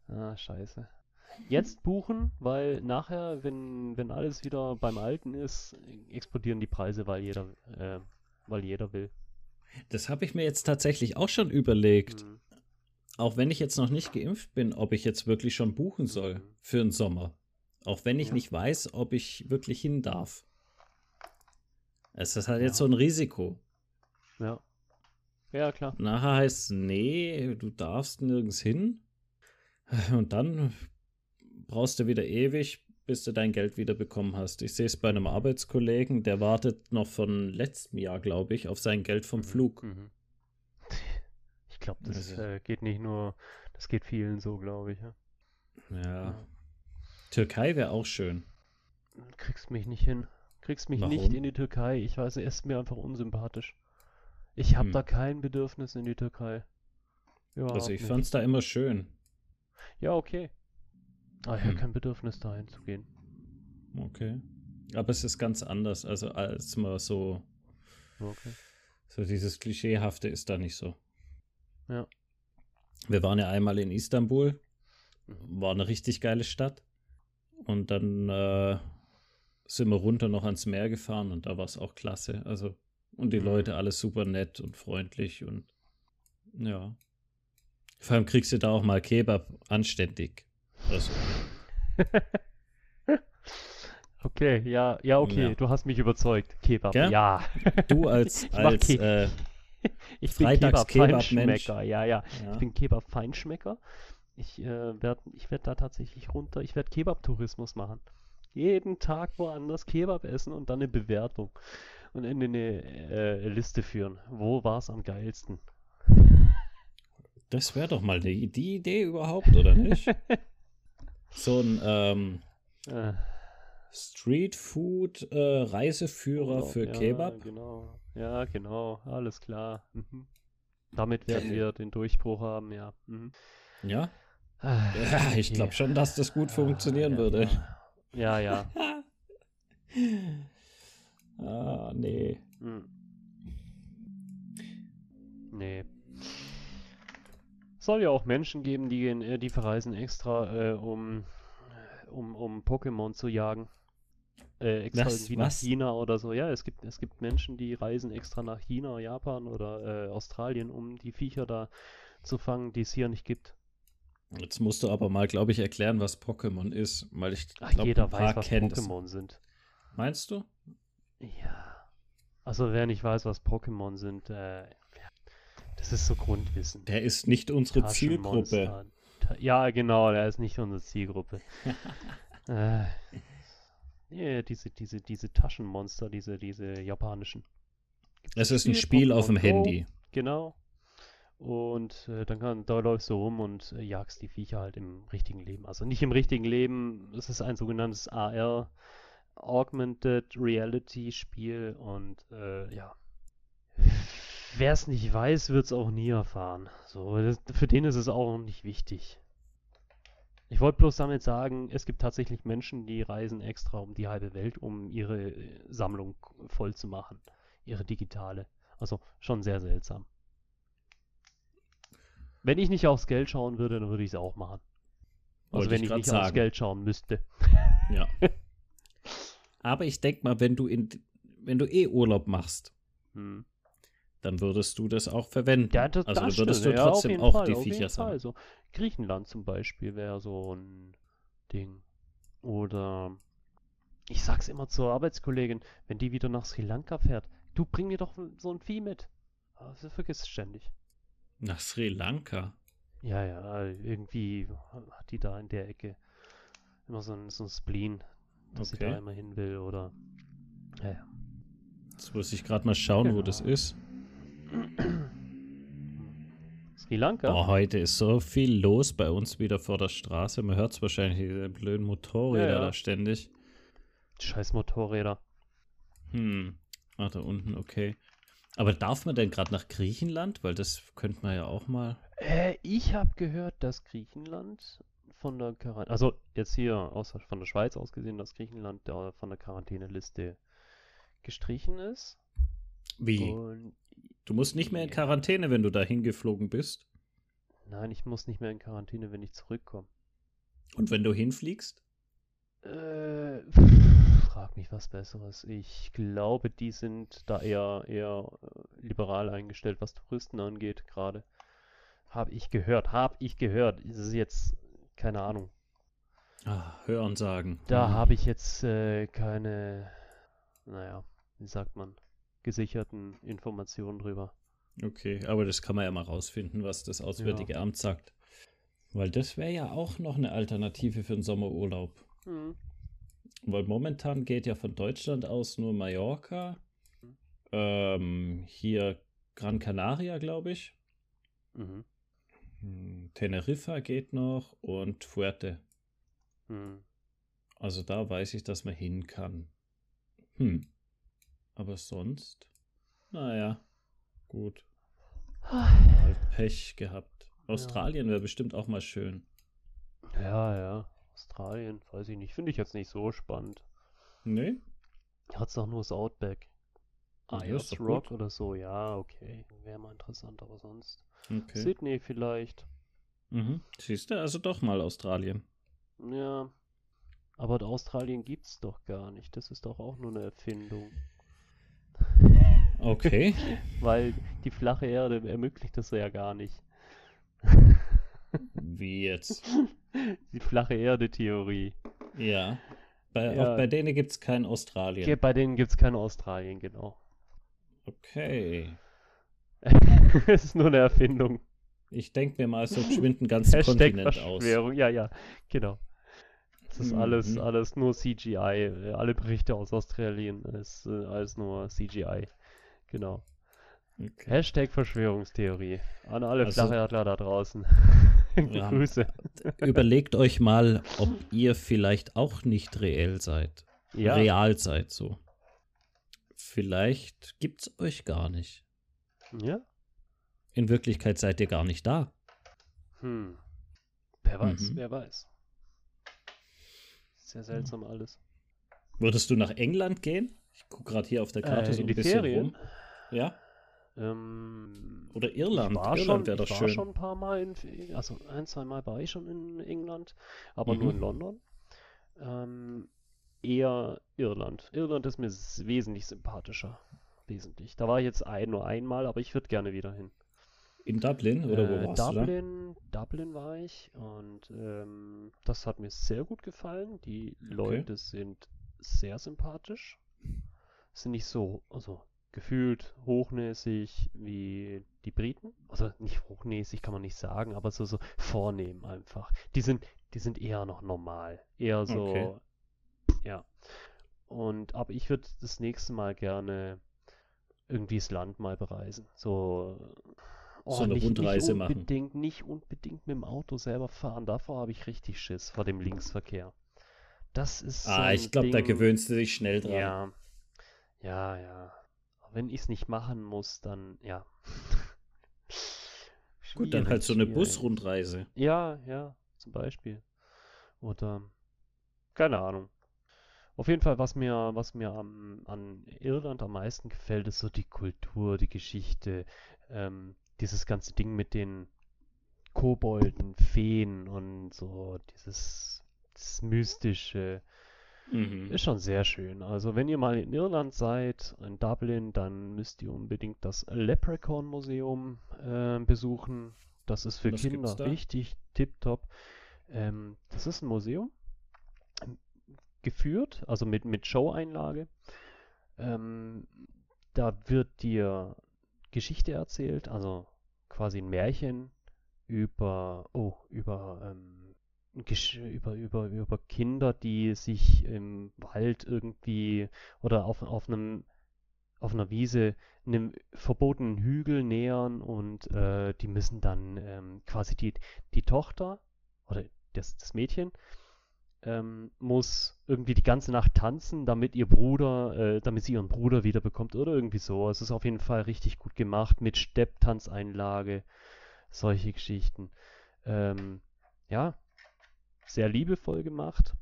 [SPEAKER 3] Ah, scheiße. Jetzt buchen, weil nachher, wenn, wenn alles wieder beim Alten ist, explodieren die Preise, weil jeder, äh, weil jeder will.
[SPEAKER 1] Das habe ich mir jetzt tatsächlich auch schon überlegt.
[SPEAKER 3] Mhm.
[SPEAKER 1] Auch wenn ich jetzt noch nicht geimpft bin, ob ich jetzt wirklich schon buchen soll
[SPEAKER 3] Mhm.
[SPEAKER 1] für den Sommer. Auch wenn ich
[SPEAKER 3] Ja.
[SPEAKER 1] nicht weiß, ob ich wirklich hin darf. Es ist halt
[SPEAKER 3] Ja.
[SPEAKER 1] jetzt so ein Risiko.
[SPEAKER 3] Ja. Ja, klar.
[SPEAKER 1] Nachher heißt es, nee, du darfst nirgends hin. Und dann brauchst du wieder ewig, bis du dein Geld wieder bekommen hast. Ich sehe es bei einem Arbeitskollegen, der wartet noch von letztem Jahr, glaube ich, auf sein Geld vom Flug.
[SPEAKER 3] Mhm. Ich glaube, das
[SPEAKER 1] Also-
[SPEAKER 3] äh, geht nicht nur, das geht vielen so, glaube ich. Ja.
[SPEAKER 1] Ja. Türkei wäre auch schön.
[SPEAKER 3] Kriegst mich nicht hin. Kriegst mich nicht
[SPEAKER 1] Warum?
[SPEAKER 3] in die Türkei. Ich weiß, er ist mir einfach unsympathisch. Ich habe
[SPEAKER 1] Hm.
[SPEAKER 3] da kein Bedürfnis in die Türkei. Überhaupt
[SPEAKER 1] also ich
[SPEAKER 3] nicht.
[SPEAKER 1] fand es da immer schön.
[SPEAKER 3] Ja, okay. Aber ich habe
[SPEAKER 1] Hm.
[SPEAKER 3] kein Bedürfnis, dahin zu gehen.
[SPEAKER 1] Okay. Aber es ist ganz anders. Also als man so,
[SPEAKER 3] Okay.
[SPEAKER 1] so dieses Klischeehafte ist da nicht so.
[SPEAKER 3] Ja.
[SPEAKER 1] Wir waren ja einmal in Istanbul.
[SPEAKER 3] Mhm.
[SPEAKER 1] War eine richtig geile Stadt. Und dann äh, sind wir runter noch ans Meer gefahren und da war es auch klasse. Also, und die
[SPEAKER 3] Mhm.
[SPEAKER 1] Leute alle super nett und freundlich und ja. Vor allem kriegst du da auch mal Kebab anständig. Also,
[SPEAKER 3] Okay, ja, ja, okay.
[SPEAKER 1] Ja.
[SPEAKER 3] Du hast mich überzeugt. Kebab,
[SPEAKER 1] Gell?
[SPEAKER 3] ja.
[SPEAKER 1] du als,
[SPEAKER 3] Ich mach
[SPEAKER 1] als
[SPEAKER 3] Ke-
[SPEAKER 1] äh,
[SPEAKER 3] Ich bin
[SPEAKER 1] Freitags-
[SPEAKER 3] Kebab-Feinschmecker. ja, ja.
[SPEAKER 1] ja.
[SPEAKER 3] Ich bin Kebab-Feinschmecker. Ich äh, werde ich werd da tatsächlich runter. Ich werde Kebab-Tourismus machen. Jeden Tag woanders Kebab essen und dann eine Bewertung und in eine äh, Liste führen. Wo war es am geilsten?
[SPEAKER 1] Das wäre doch mal die, die Idee überhaupt, oder nicht? so ein ähm,
[SPEAKER 3] Äh,
[SPEAKER 1] Street Food äh, Reiseführer
[SPEAKER 3] Urlaub,
[SPEAKER 1] für
[SPEAKER 3] ja,
[SPEAKER 1] Kebab.
[SPEAKER 3] Genau. Ja, genau. Alles klar. Mhm. Damit werden wir den Durchbruch haben, ja. Mhm.
[SPEAKER 1] Ja?
[SPEAKER 3] Ah,
[SPEAKER 1] ja ich
[SPEAKER 3] okay.
[SPEAKER 1] glaube schon, dass das gut funktionieren
[SPEAKER 3] Ah, ja,
[SPEAKER 1] würde.
[SPEAKER 3] Ja, ja.
[SPEAKER 1] Ah, nee.
[SPEAKER 3] Hm. Nee. Soll ja auch Menschen geben, die, gehen, äh, die verreisen extra, äh, um, um, um Pokémon zu jagen. Äh, extra
[SPEAKER 1] Was?
[SPEAKER 3] irgendwie nach
[SPEAKER 1] Was?
[SPEAKER 3] China oder so. Ja, es gibt, es gibt Menschen, die reisen extra nach China, Japan oder äh, Australien, um die Viecher da zu fangen, die es hier nicht gibt.
[SPEAKER 1] Jetzt musst du aber mal, glaube ich, erklären, was Pokémon ist, weil ich
[SPEAKER 3] Ach,
[SPEAKER 1] glaube,
[SPEAKER 3] jeder
[SPEAKER 1] ein
[SPEAKER 3] weiß,
[SPEAKER 1] paar
[SPEAKER 3] was
[SPEAKER 1] kennen es.
[SPEAKER 3] Pokémon sind.
[SPEAKER 1] Meinst du?
[SPEAKER 3] Ja. Also wer nicht weiß, was Pokémon sind, äh, ja, das ist so Grundwissen.
[SPEAKER 1] Der ist nicht unsere Zielgruppe.
[SPEAKER 3] Taschenmonster. Ta- Ja, genau, er ist nicht unsere Zielgruppe. äh, nee, diese, diese, diese Taschenmonster, diese, diese japanischen.
[SPEAKER 1] Es ist ein
[SPEAKER 3] Spiel
[SPEAKER 1] Spiel auf dem
[SPEAKER 3] Pokémon Go.
[SPEAKER 1] Handy.
[SPEAKER 3] Genau. Und äh, dann kann, da läufst du rum und äh, jagst die Viecher halt im richtigen Leben. Also nicht im richtigen Leben, es ist ein sogenanntes AR, Augmented Reality Spiel und äh, ja. Wer es nicht weiß, wird es auch nie erfahren. So, das, für den ist es auch nicht wichtig. Ich wollte bloß damit sagen, es gibt tatsächlich Menschen, die reisen extra um die halbe Welt, um ihre äh, Sammlung voll zu machen. Ihre digitale. Also schon sehr seltsam. Wenn ich nicht aufs Geld schauen würde, dann würde ich es auch machen.
[SPEAKER 1] Wollte
[SPEAKER 3] Also wenn
[SPEAKER 1] ich
[SPEAKER 3] ich,
[SPEAKER 1] grad
[SPEAKER 3] nicht aufs
[SPEAKER 1] sagen.
[SPEAKER 3] Geld schauen müsste.
[SPEAKER 1] Ja. Aber ich denke mal, wenn du in wenn du eh Urlaub machst,
[SPEAKER 3] Hm.
[SPEAKER 1] dann würdest du das auch verwenden.
[SPEAKER 3] Ja, das,
[SPEAKER 1] also
[SPEAKER 3] das
[SPEAKER 1] dann würdest
[SPEAKER 3] stimmt.
[SPEAKER 1] du
[SPEAKER 3] ja, auf
[SPEAKER 1] trotzdem
[SPEAKER 3] jeden
[SPEAKER 1] auch
[SPEAKER 3] Fall,
[SPEAKER 1] die
[SPEAKER 3] auf jeden
[SPEAKER 1] Viecher
[SPEAKER 3] Fall.
[SPEAKER 1] sammeln.
[SPEAKER 3] So, Griechenland zum Beispiel wäre so ein Ding. Oder ich sag's immer zur Arbeitskollegin, wenn die wieder nach Sri Lanka fährt, Du bring mir doch so ein Vieh mit. Aber sie vergisst es ständig.
[SPEAKER 1] Nach Sri Lanka.
[SPEAKER 3] Ja, ja, irgendwie hat die da in der Ecke immer so ein, so ein Spleen, dass sie da
[SPEAKER 1] Okay.
[SPEAKER 3] immer hin will oder. Ja, ja.
[SPEAKER 1] Jetzt muss ich gerade mal schauen, wo
[SPEAKER 3] Genau.
[SPEAKER 1] das ist.
[SPEAKER 3] Sri Lanka?
[SPEAKER 1] Boah, heute ist so viel los bei uns wieder vor der Straße. Man hört es wahrscheinlich, diese blöden Motorräder
[SPEAKER 3] Ja, ja.
[SPEAKER 1] da ständig.
[SPEAKER 3] Scheiß Motorräder.
[SPEAKER 1] Hm. Ach, da unten, okay. Aber darf man denn gerade nach Griechenland? Weil das könnte man ja auch mal.
[SPEAKER 3] Äh, ich habe gehört, dass Griechenland von der Quarantäne, also jetzt hier aus, von der Schweiz aus gesehen, dass Griechenland da von der Quarantäneliste gestrichen ist.
[SPEAKER 1] Wie?
[SPEAKER 3] Und
[SPEAKER 1] Du musst nicht mehr in
[SPEAKER 3] Ja.
[SPEAKER 1] Quarantäne, wenn du da hingeflogen bist.
[SPEAKER 3] nein, ich muss nicht mehr in Quarantäne, wenn ich zurückkomme.
[SPEAKER 1] Und wenn du hinfliegst?
[SPEAKER 3] Äh, pff, frag mich was Besseres. Ich glaube, die sind da eher, eher äh, liberal eingestellt, was Touristen angeht, gerade. Hab ich gehört, hab ich gehört. Es ist jetzt, keine Ahnung.
[SPEAKER 1] Ah, hör und sagen.
[SPEAKER 3] Da
[SPEAKER 1] Hm.
[SPEAKER 3] habe ich jetzt äh, keine, naja, wie sagt man, gesicherten Informationen drüber.
[SPEAKER 1] Okay, aber das kann man ja mal rausfinden, was das Auswärtige Amt sagt. Weil das wäre ja auch noch eine Alternative für den Sommerurlaub.
[SPEAKER 3] Hm.
[SPEAKER 1] Weil momentan geht ja von Deutschland aus nur Mallorca, ähm, hier Gran Canaria, glaube ich.
[SPEAKER 3] Mhm.
[SPEAKER 1] Hm, Teneriffa geht noch und Fuerte.
[SPEAKER 3] Hm.
[SPEAKER 1] Also da weiß ich, dass man hin kann. Hm. Aber sonst? Naja, gut. Halt Pech gehabt. Australien wäre bestimmt auch mal schön.
[SPEAKER 3] Ja, ja, Australien, weiß ich nicht, finde ich jetzt nicht so spannend.
[SPEAKER 1] Nee?
[SPEAKER 3] Hat's doch nur das Outback.
[SPEAKER 1] Ja,
[SPEAKER 3] Ah,
[SPEAKER 1] ist
[SPEAKER 3] ja,
[SPEAKER 1] doch gut.
[SPEAKER 3] Rock oder so, ja, okay. Wäre mal interessant, aber sonst.
[SPEAKER 1] Okay.
[SPEAKER 3] Sydney vielleicht,
[SPEAKER 1] Mhm. Siehst du, also doch mal Australien.
[SPEAKER 3] ja. Aber in Australien gibt's doch gar nicht. Das ist doch auch nur eine Erfindung.
[SPEAKER 1] Okay.
[SPEAKER 3] Weil die flache Erde ermöglicht das ja gar nicht.
[SPEAKER 1] Wie jetzt?
[SPEAKER 3] Die flache Erde-Theorie.
[SPEAKER 1] Ja. Bei,
[SPEAKER 3] Ja.
[SPEAKER 1] Auch bei denen gibt es kein Australien.
[SPEAKER 3] Ge- Bei denen gibt es kein Australien, genau.
[SPEAKER 1] Okay.
[SPEAKER 3] es ist nur eine Erfindung.
[SPEAKER 1] Ich denke mir mal so geschwind einen ganzen
[SPEAKER 3] Hashtag
[SPEAKER 1] Kontinent aus.
[SPEAKER 3] Verschwörung. Ja, ja, genau. Es ist
[SPEAKER 1] Mhm.
[SPEAKER 3] alles, alles nur CGI. Äh, Alle Berichte aus Australien ist äh, alles nur CGI. Genau.
[SPEAKER 1] Okay.
[SPEAKER 3] Hashtag Verschwörungstheorie. An alle
[SPEAKER 1] Also-
[SPEAKER 3] Flacherdler da draußen.
[SPEAKER 1] Ja.
[SPEAKER 3] Grüße.
[SPEAKER 1] Überlegt euch mal, ob ihr vielleicht auch nicht reell seid.
[SPEAKER 3] Ja,
[SPEAKER 1] Real seid so. Vielleicht gibt's euch gar nicht.
[SPEAKER 3] ja?
[SPEAKER 1] In Wirklichkeit seid ihr gar nicht da.
[SPEAKER 3] Hm. Wer weiß,
[SPEAKER 1] Mhm.
[SPEAKER 3] wer weiß. Sehr seltsam alles.
[SPEAKER 1] Würdest du nach England gehen? Ich gucke gerade hier auf der Karte
[SPEAKER 3] Äh,
[SPEAKER 1] so
[SPEAKER 3] in
[SPEAKER 1] ein
[SPEAKER 3] die
[SPEAKER 1] bisschen
[SPEAKER 3] Ferien?
[SPEAKER 1] rum. Ja.
[SPEAKER 3] Ähm,
[SPEAKER 1] Oder Irland.
[SPEAKER 3] Ich war
[SPEAKER 1] Irland
[SPEAKER 3] schon,
[SPEAKER 1] wäre doch
[SPEAKER 3] ich war
[SPEAKER 1] schön.
[SPEAKER 3] schon ein paar Mal in, also ein, zwei Mal war ich schon in England, aber
[SPEAKER 1] Mhm.
[SPEAKER 3] nur in London. Ähm, eher Irland. Irland ist mir s- wesentlich sympathischer. Wesentlich. Da war ich jetzt ein, nur einmal, aber ich würde gerne wieder hin.
[SPEAKER 1] In Dublin oder
[SPEAKER 3] Äh,
[SPEAKER 1] wo warst du da?
[SPEAKER 3] Dublin, Dublin war ich und ähm, das hat mir sehr gut gefallen. Die Leute sind sehr sympathisch, sind nicht so, also gefühlt hochnäsig wie die Briten. Also nicht hochnäsig kann man nicht sagen, aber so, so vornehm einfach. Die sind, die sind eher noch normal, eher so,
[SPEAKER 1] Okay.
[SPEAKER 3] ja. Und aber ich würde das nächste Mal gerne irgendwie das Land mal bereisen. So, oh,
[SPEAKER 1] So eine
[SPEAKER 3] nicht,
[SPEAKER 1] Rundreise
[SPEAKER 3] nicht
[SPEAKER 1] machen.
[SPEAKER 3] unbedingt, Nicht unbedingt mit dem Auto selber fahren. Davor habe ich richtig Schiss, vor dem Linksverkehr. Das ist. so
[SPEAKER 1] Ah,
[SPEAKER 3] ein
[SPEAKER 1] ich glaube, da
[SPEAKER 3] Ding.
[SPEAKER 1] gewöhnst du dich schnell dran.
[SPEAKER 3] Ja. Ja, ja. Wenn ich es nicht machen muss, dann ja.
[SPEAKER 1] Gut, dann halt so eine
[SPEAKER 3] Schwierig, schwierig.
[SPEAKER 1] Busrundreise.
[SPEAKER 3] Ja, ja, zum Beispiel. Oder keine Ahnung. Auf jeden Fall, was mir, was mir am, an Irland am meisten gefällt, ist so die Kultur, die Geschichte, ähm, dieses ganze Ding mit den Kobolden, Feen und so, dieses, dieses Mystische.
[SPEAKER 1] Mhm.
[SPEAKER 3] Ist schon sehr schön. Also, wenn ihr mal in Irland seid, in Dublin, dann müsst ihr unbedingt das Leprechaun Museum äh, besuchen. Das ist für
[SPEAKER 1] Was gibt's
[SPEAKER 3] Kinder
[SPEAKER 1] da?
[SPEAKER 3] richtig tipptopp. Ähm, das ist ein Museum geführt, also mit, mit Show-Einlage. Ähm, Da wird dir Geschichte erzählt, also quasi ein Märchen über, oh, über, ähm, Gesch- über, über, über Kinder, die sich im Wald irgendwie oder auf, auf einem auf einer Wiese einem verbotenen Hügel nähern und äh, die müssen dann ähm, quasi die, die Tochter oder das, das Mädchen ähm, muss irgendwie die ganze Nacht tanzen, damit ihr Bruder, äh, damit sie ihren Bruder wiederbekommt oder irgendwie so. Es ist auf jeden Fall richtig gut gemacht mit Stepptanzeinlage, solche Geschichten. Ähm, ja, sehr liebevoll gemacht.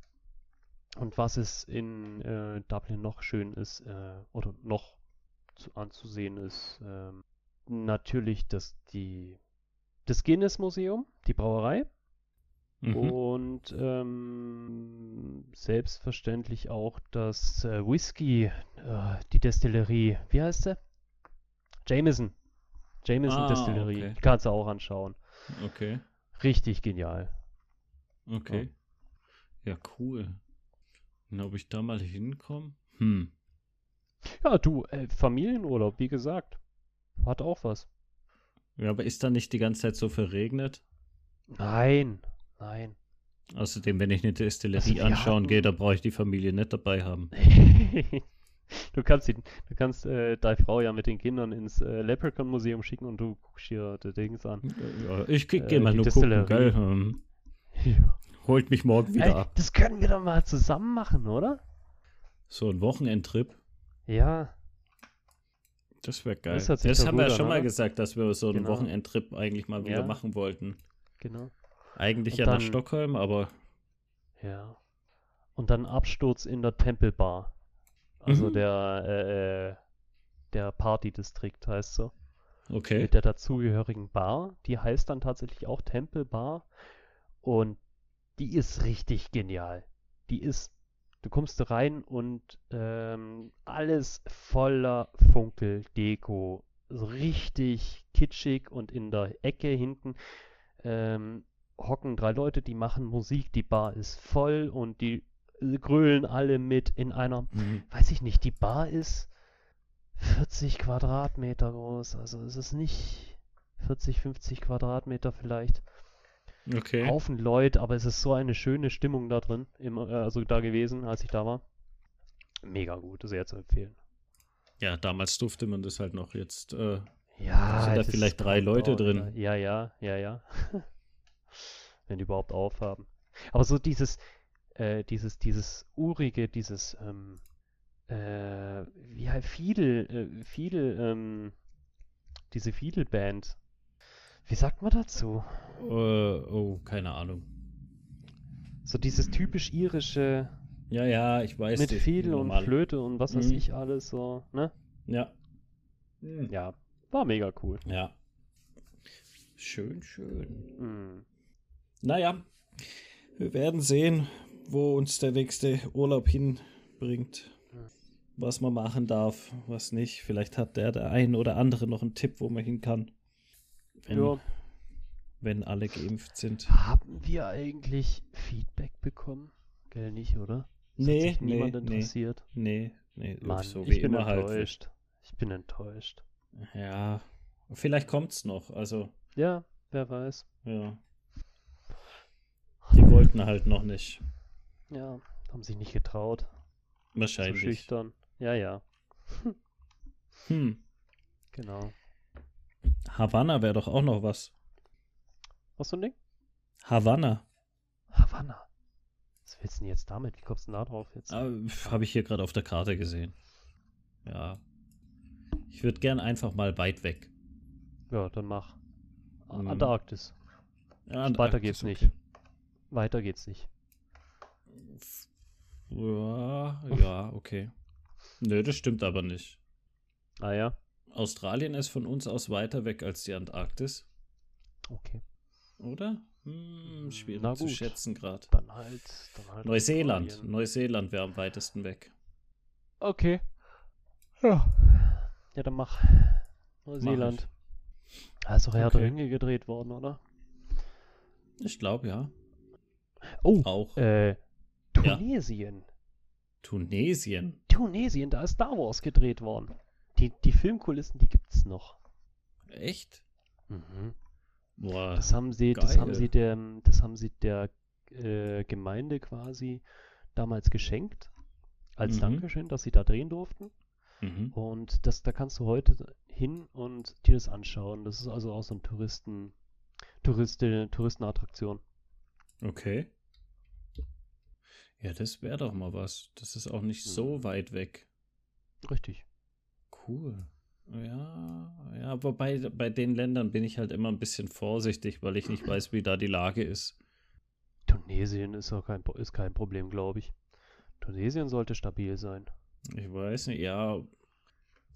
[SPEAKER 3] Und was es in äh, Dublin noch schön ist äh, oder noch zu, anzusehen ist, ähm, natürlich das, die, das Guinness Museum, die Brauerei.
[SPEAKER 1] Mhm.
[SPEAKER 3] Und ähm, selbstverständlich auch das äh, Whisky, äh, die Destillerie. Wie heißt sie? Jameson. Jameson
[SPEAKER 1] Ah,
[SPEAKER 3] Destillerie.
[SPEAKER 1] okay.
[SPEAKER 3] Die kannst du auch anschauen.
[SPEAKER 1] Okay,
[SPEAKER 3] Richtig genial.
[SPEAKER 1] okay. Ja, cool. Und ob ich da mal hinkomme? Hm.
[SPEAKER 3] Ja, du, äh, Familienurlaub, wie gesagt. Hat auch was.
[SPEAKER 1] Ja, aber ist da nicht die ganze Zeit so verregnet?
[SPEAKER 3] Nein, nein.
[SPEAKER 1] Außerdem, wenn ich eine
[SPEAKER 3] Also,
[SPEAKER 1] Destillerie
[SPEAKER 3] wir
[SPEAKER 1] anschauen
[SPEAKER 3] hatten-
[SPEAKER 1] gehe, da brauche ich die Familie nicht dabei haben.
[SPEAKER 3] du kannst, die, du kannst äh, deine Frau ja mit den Kindern ins äh, Leprechaun-Museum schicken und du guckst hier die Dings an.
[SPEAKER 1] Ja, ich gehe
[SPEAKER 3] Äh,
[SPEAKER 1] mal
[SPEAKER 3] die
[SPEAKER 1] nur gucken,
[SPEAKER 3] Destillerie.
[SPEAKER 1] gell? Hm.
[SPEAKER 3] Ja.
[SPEAKER 1] Holt mich morgen wieder
[SPEAKER 3] Ey,
[SPEAKER 1] ab.
[SPEAKER 3] das können wir doch mal zusammen machen, oder?
[SPEAKER 1] So ein Wochenendtrip.
[SPEAKER 3] Ja.
[SPEAKER 1] Das wäre geil.
[SPEAKER 3] Das
[SPEAKER 1] Das,
[SPEAKER 3] hört sich doch
[SPEAKER 1] haben wir
[SPEAKER 3] gut
[SPEAKER 1] ja
[SPEAKER 3] an,
[SPEAKER 1] schon mal
[SPEAKER 3] oder?
[SPEAKER 1] gesagt, dass wir so einen
[SPEAKER 3] Genau.
[SPEAKER 1] Wochenendtrip eigentlich mal wieder
[SPEAKER 3] Ja.
[SPEAKER 1] machen wollten.
[SPEAKER 3] Genau.
[SPEAKER 1] Eigentlich
[SPEAKER 3] Und
[SPEAKER 1] ja
[SPEAKER 3] dann-
[SPEAKER 1] nach Stockholm, aber
[SPEAKER 3] Ja. Und dann Absturz in der Tempelbar. Also
[SPEAKER 1] Mhm.
[SPEAKER 3] der, äh, äh, der Partydistrikt heißt so.
[SPEAKER 1] okay.
[SPEAKER 3] Mit der dazugehörigen Bar. Die heißt dann tatsächlich auch Tempelbar. Und die ist richtig genial. Die ist, du kommst da rein und ähm, alles voller Funkeldeko. So richtig kitschig und in der Ecke hinten ähm, hocken drei Leute, die machen Musik. Die Bar ist voll und die äh, grölen alle mit in einer
[SPEAKER 1] Mhm.
[SPEAKER 3] weiß ich nicht, die Bar ist 40 Quadratmeter groß. Also es ist nicht 40, 50 Quadratmeter vielleicht.
[SPEAKER 1] Okay.
[SPEAKER 3] Haufen Leute, aber es ist so eine schöne Stimmung da drin, im, äh, also da gewesen, als ich da war. Mega gut, sehr zu empfehlen.
[SPEAKER 1] Ja, damals durfte man das halt noch. Jetzt äh,
[SPEAKER 3] Ja,
[SPEAKER 1] Sind da
[SPEAKER 3] es Ah, ist
[SPEAKER 1] vielleicht drei Leute drin?
[SPEAKER 3] äh, Ja, ja, ja, ja. Wenn die überhaupt aufhaben. Aber so dieses, äh, dieses, dieses urige, dieses, ähm, äh, wie heißt Fiedel, äh, Fiedel, ähm, diese Fiedel-Band. Wie sagt man dazu?
[SPEAKER 1] äh, oh, keine Ahnung.
[SPEAKER 3] So dieses typisch irische
[SPEAKER 1] Ja, ja, ich weiß.
[SPEAKER 3] mit
[SPEAKER 1] die-
[SPEAKER 3] Fiedel und
[SPEAKER 1] normal.
[SPEAKER 3] Flöte und was weiß
[SPEAKER 1] Mhm.
[SPEAKER 3] ich alles so, ne?
[SPEAKER 1] Ja. Mhm.
[SPEAKER 3] Ja, war mega cool.
[SPEAKER 1] Ja. Schön, schön.
[SPEAKER 3] Mhm.
[SPEAKER 1] Naja, wir werden sehen, wo uns der nächste Urlaub hinbringt. Was man machen darf, was nicht. Vielleicht hat der, der ein oder andere noch einen Tipp, wo man hin kann. Wenn,
[SPEAKER 3] Ja.
[SPEAKER 1] wenn alle geimpft sind.
[SPEAKER 3] Haben wir eigentlich Feedback bekommen? Gell, nicht, oder? Das hat
[SPEAKER 1] Nee,
[SPEAKER 3] sich niemand
[SPEAKER 1] nee, nee.
[SPEAKER 3] interessiert.
[SPEAKER 1] Nee, nee,
[SPEAKER 3] Mann,
[SPEAKER 1] so wie
[SPEAKER 3] ich bin
[SPEAKER 1] immer halt.
[SPEAKER 3] enttäuscht. Ich bin enttäuscht.
[SPEAKER 1] Ja, vielleicht kommt's noch. Also,
[SPEAKER 3] Ja, wer weiß.
[SPEAKER 1] ja. Die wollten halt noch nicht.
[SPEAKER 3] Ja, haben sich nicht getraut. Zu
[SPEAKER 1] Wahrscheinlich.
[SPEAKER 3] schüchtern. Ja, ja,
[SPEAKER 1] Hm,
[SPEAKER 3] genau.
[SPEAKER 1] Havanna wäre doch auch noch was.
[SPEAKER 3] Was so ein Ding?
[SPEAKER 1] Havanna.
[SPEAKER 3] Havanna. Was willst du denn jetzt damit? Wie kommst du denn da drauf jetzt?
[SPEAKER 1] Äh, Habe ich hier gerade auf der Karte gesehen. Ja. Ich würde gern einfach mal weit weg.
[SPEAKER 3] Ja, dann mach. A-
[SPEAKER 1] Mhm.
[SPEAKER 3] Antarktis.
[SPEAKER 1] Ja,
[SPEAKER 3] Weiter
[SPEAKER 1] Antarktis,
[SPEAKER 3] geht's
[SPEAKER 1] okay.
[SPEAKER 3] Weiter geht's nicht.
[SPEAKER 1] Ja, ja, okay. Nö, das stimmt aber nicht.
[SPEAKER 3] Ah ja,
[SPEAKER 1] Australien ist von uns aus weiter weg als die Antarktis,
[SPEAKER 3] okay.
[SPEAKER 1] oder? Hm, schwierig
[SPEAKER 3] Na
[SPEAKER 1] zu
[SPEAKER 3] gut.
[SPEAKER 1] schätzen gerade.
[SPEAKER 3] Dann halt. Dann halt
[SPEAKER 1] Neuseeland.
[SPEAKER 3] Australien.
[SPEAKER 1] Neuseeland wäre am weitesten weg.
[SPEAKER 3] Okay. Ja. Ja, dann mach. Neuseeland. Da ist doch Herr der
[SPEAKER 1] Okay.
[SPEAKER 3] Ringe gedreht worden, oder?
[SPEAKER 1] Ich glaube, ja.
[SPEAKER 3] Oh,
[SPEAKER 1] Auch
[SPEAKER 3] äh,
[SPEAKER 1] Ja.
[SPEAKER 3] Tunesien.
[SPEAKER 1] Tunesien.
[SPEAKER 3] Tunesien, da ist Star Wars gedreht worden. Die, die Filmkulissen, die gibt's noch.
[SPEAKER 1] Echt?
[SPEAKER 3] Mhm.
[SPEAKER 1] Boah.
[SPEAKER 3] Das haben sie, das
[SPEAKER 1] geil.
[SPEAKER 3] haben sie der, das haben sie der äh, Gemeinde quasi damals geschenkt als
[SPEAKER 1] Mhm.
[SPEAKER 3] Dankeschön, dass sie da drehen durften.
[SPEAKER 1] mhm.
[SPEAKER 3] Und das, da kannst du heute hin und dir das anschauen. Das ist also auch so ein Touristen, Touriste, Touristenattraktion.
[SPEAKER 1] Okay. Ja, das wäre doch mal was. Das ist auch nicht so
[SPEAKER 3] Mhm.
[SPEAKER 1] weit weg.
[SPEAKER 3] Richtig.
[SPEAKER 1] Cool. Ja, ja, wobei bei den Ländern bin ich halt immer ein bisschen vorsichtig, weil ich nicht weiß, wie da die Lage ist.
[SPEAKER 3] Tunesien ist auch kein, Pro- ist kein Problem, glaube ich. Tunesien sollte stabil sein.
[SPEAKER 1] Ich weiß nicht, ja,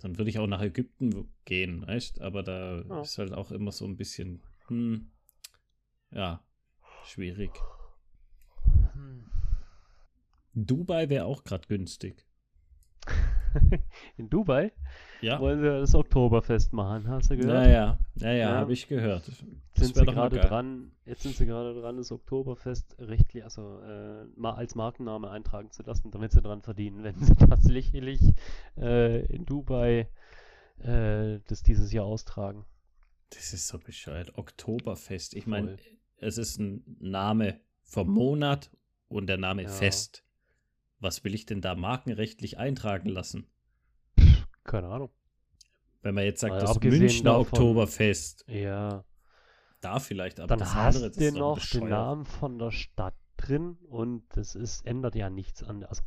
[SPEAKER 1] dann würde ich auch nach Ägypten w- gehen, weißt? Aber da
[SPEAKER 3] Ja.
[SPEAKER 1] ist halt auch immer so ein bisschen, hm, ja, schwierig.
[SPEAKER 3] Hm.
[SPEAKER 1] Dubai wäre auch gerade günstig.
[SPEAKER 3] In Dubai
[SPEAKER 1] Ja.
[SPEAKER 3] wollen sie das Oktoberfest machen, hast du gehört?
[SPEAKER 1] Naja, naja, ja.
[SPEAKER 3] Ja.
[SPEAKER 1] habe ich gehört. Das
[SPEAKER 3] sind
[SPEAKER 1] wär
[SPEAKER 3] sie
[SPEAKER 1] doch mal
[SPEAKER 3] gerade
[SPEAKER 1] geil.
[SPEAKER 3] dran, jetzt sind sie gerade dran, das Oktoberfest rechtlich, also äh, mal als Markenname eintragen zu lassen, damit sie dran verdienen, wenn sie tatsächlich äh, in Dubai äh, das dieses Jahr austragen.
[SPEAKER 1] Das ist so bescheuert. Oktoberfest. Ich meine, es ist ein Name vom Monat und der Name
[SPEAKER 3] Ja.
[SPEAKER 1] Fest. Was will ich denn da markenrechtlich eintragen lassen?
[SPEAKER 3] Keine Ahnung.
[SPEAKER 1] Wenn man jetzt sagt,
[SPEAKER 3] Mal
[SPEAKER 1] das
[SPEAKER 3] abgesehen
[SPEAKER 1] Münchner
[SPEAKER 3] davon-
[SPEAKER 1] Oktoberfest,
[SPEAKER 3] Ja,
[SPEAKER 1] da vielleicht, aber
[SPEAKER 3] dann
[SPEAKER 1] das andere
[SPEAKER 3] hast
[SPEAKER 1] das
[SPEAKER 3] du
[SPEAKER 1] ist doch
[SPEAKER 3] noch den
[SPEAKER 1] bescheuert.
[SPEAKER 3] Namen von der Stadt drin und das ist, ändert ja nichts an, also,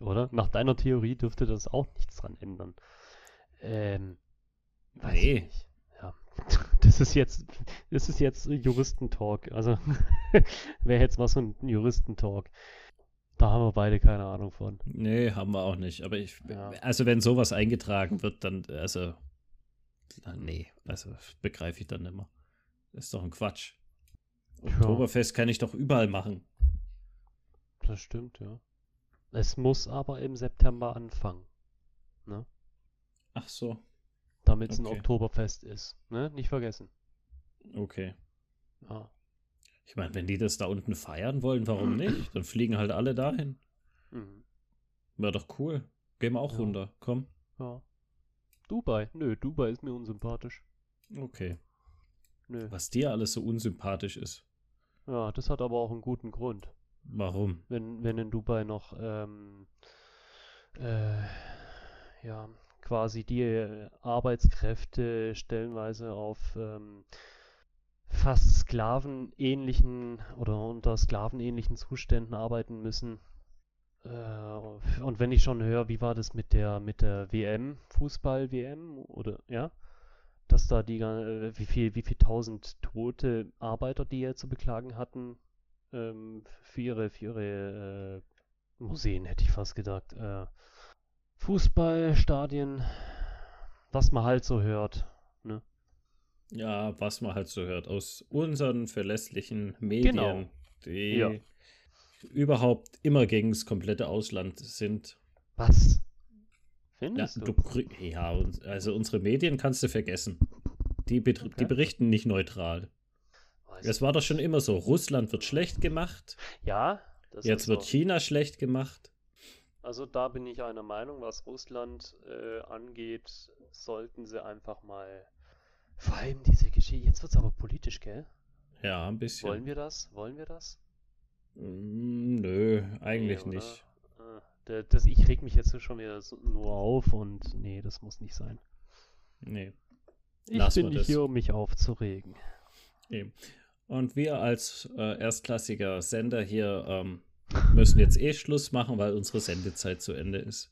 [SPEAKER 3] oder? Nach deiner Theorie dürfte das auch nichts dran ändern. Ähm, weiß ich
[SPEAKER 1] Nee.
[SPEAKER 3] nicht. Ja. Das ist jetzt, das ist jetzt Juristentalk. Also wäre jetzt mal so ein Juristentalk. Da haben wir beide keine Ahnung von.
[SPEAKER 1] Nee, haben wir auch nicht. Aber ich,
[SPEAKER 3] Ja.
[SPEAKER 1] also wenn sowas eingetragen wird, dann, also, na, nee, also begreife ich dann immer. Das ist doch ein Quatsch. Oktoberfest kann ich doch überall machen.
[SPEAKER 3] Das stimmt, ja. Es muss aber im September anfangen.
[SPEAKER 1] Ach so,
[SPEAKER 3] damit es ein
[SPEAKER 1] Okay.
[SPEAKER 3] Oktoberfest ist. Ne? Nicht vergessen.
[SPEAKER 1] okay.
[SPEAKER 3] Ja.
[SPEAKER 1] Ich meine, wenn die das da unten feiern wollen, warum
[SPEAKER 3] Hm.
[SPEAKER 1] nicht? Dann fliegen halt alle dahin.
[SPEAKER 3] Mhm.
[SPEAKER 1] Wäre doch cool. Gehen wir auch
[SPEAKER 3] Ja.
[SPEAKER 1] runter. Komm.
[SPEAKER 3] ja. Dubai. Nö, Dubai ist mir unsympathisch.
[SPEAKER 1] Okay.
[SPEAKER 3] Nö.
[SPEAKER 1] Was dir alles so unsympathisch ist.
[SPEAKER 3] Ja, das hat aber auch einen guten Grund.
[SPEAKER 1] Warum?
[SPEAKER 3] Wenn, wenn in Dubai noch ähm, äh, ja, quasi die äh, Arbeitskräfte stellenweise auf ähm, fast sklavenähnlichen oder unter sklavenähnlichen Zuständen arbeiten müssen. Äh, und wenn ich schon höre, wie war das mit der mit der WM, Fußball-WM oder ja, dass da die gan- äh, wie viel wie viel tausend tote Arbeiter, die ja zu beklagen hatten, ähm, für ihre für ihre äh, Museen hätte ich fast gedacht, äh, Fußballstadien, was man halt so hört.
[SPEAKER 1] Ja, was man halt so hört aus unseren verlässlichen Medien,
[SPEAKER 3] Genau.
[SPEAKER 1] die
[SPEAKER 3] Ja.
[SPEAKER 1] überhaupt immer gegen das komplette Ausland sind.
[SPEAKER 3] Was?
[SPEAKER 1] Ja,
[SPEAKER 3] Findest
[SPEAKER 1] du,
[SPEAKER 3] du?
[SPEAKER 1] krie- ja, und- also unsere Medien kannst du vergessen. Die, betr- die
[SPEAKER 3] Okay.
[SPEAKER 1] berichten nicht neutral.
[SPEAKER 3] Weiß
[SPEAKER 1] Es
[SPEAKER 3] ich
[SPEAKER 1] war doch
[SPEAKER 3] nicht.
[SPEAKER 1] schon immer so. Russland wird schlecht gemacht,
[SPEAKER 3] Ja, das
[SPEAKER 1] jetzt
[SPEAKER 3] ist
[SPEAKER 1] wird
[SPEAKER 3] so.
[SPEAKER 1] China schlecht gemacht.
[SPEAKER 3] Also da bin ich einer Meinung, was Russland äh, angeht, sollten sie einfach mal. Vor allem diese Geschichte. Jetzt wird's aber politisch, gell?
[SPEAKER 1] Ja, ein bisschen.
[SPEAKER 3] Wollen wir das? Wollen wir das?
[SPEAKER 1] Mm, Nö, eigentlich
[SPEAKER 3] Nee, oder?
[SPEAKER 1] nicht.
[SPEAKER 3] Äh, da- Das, ich reg mich jetzt schon wieder so nur auf und nee, das muss nicht sein.
[SPEAKER 1] Nee.
[SPEAKER 3] Ich
[SPEAKER 1] Lassen wir
[SPEAKER 3] bin nicht
[SPEAKER 1] das.
[SPEAKER 3] hier, um mich aufzuregen.
[SPEAKER 1] Eben. Und wir als äh, erstklassiger Sender hier ähm, müssen jetzt eh Schluss machen, weil unsere Sendezeit zu Ende ist.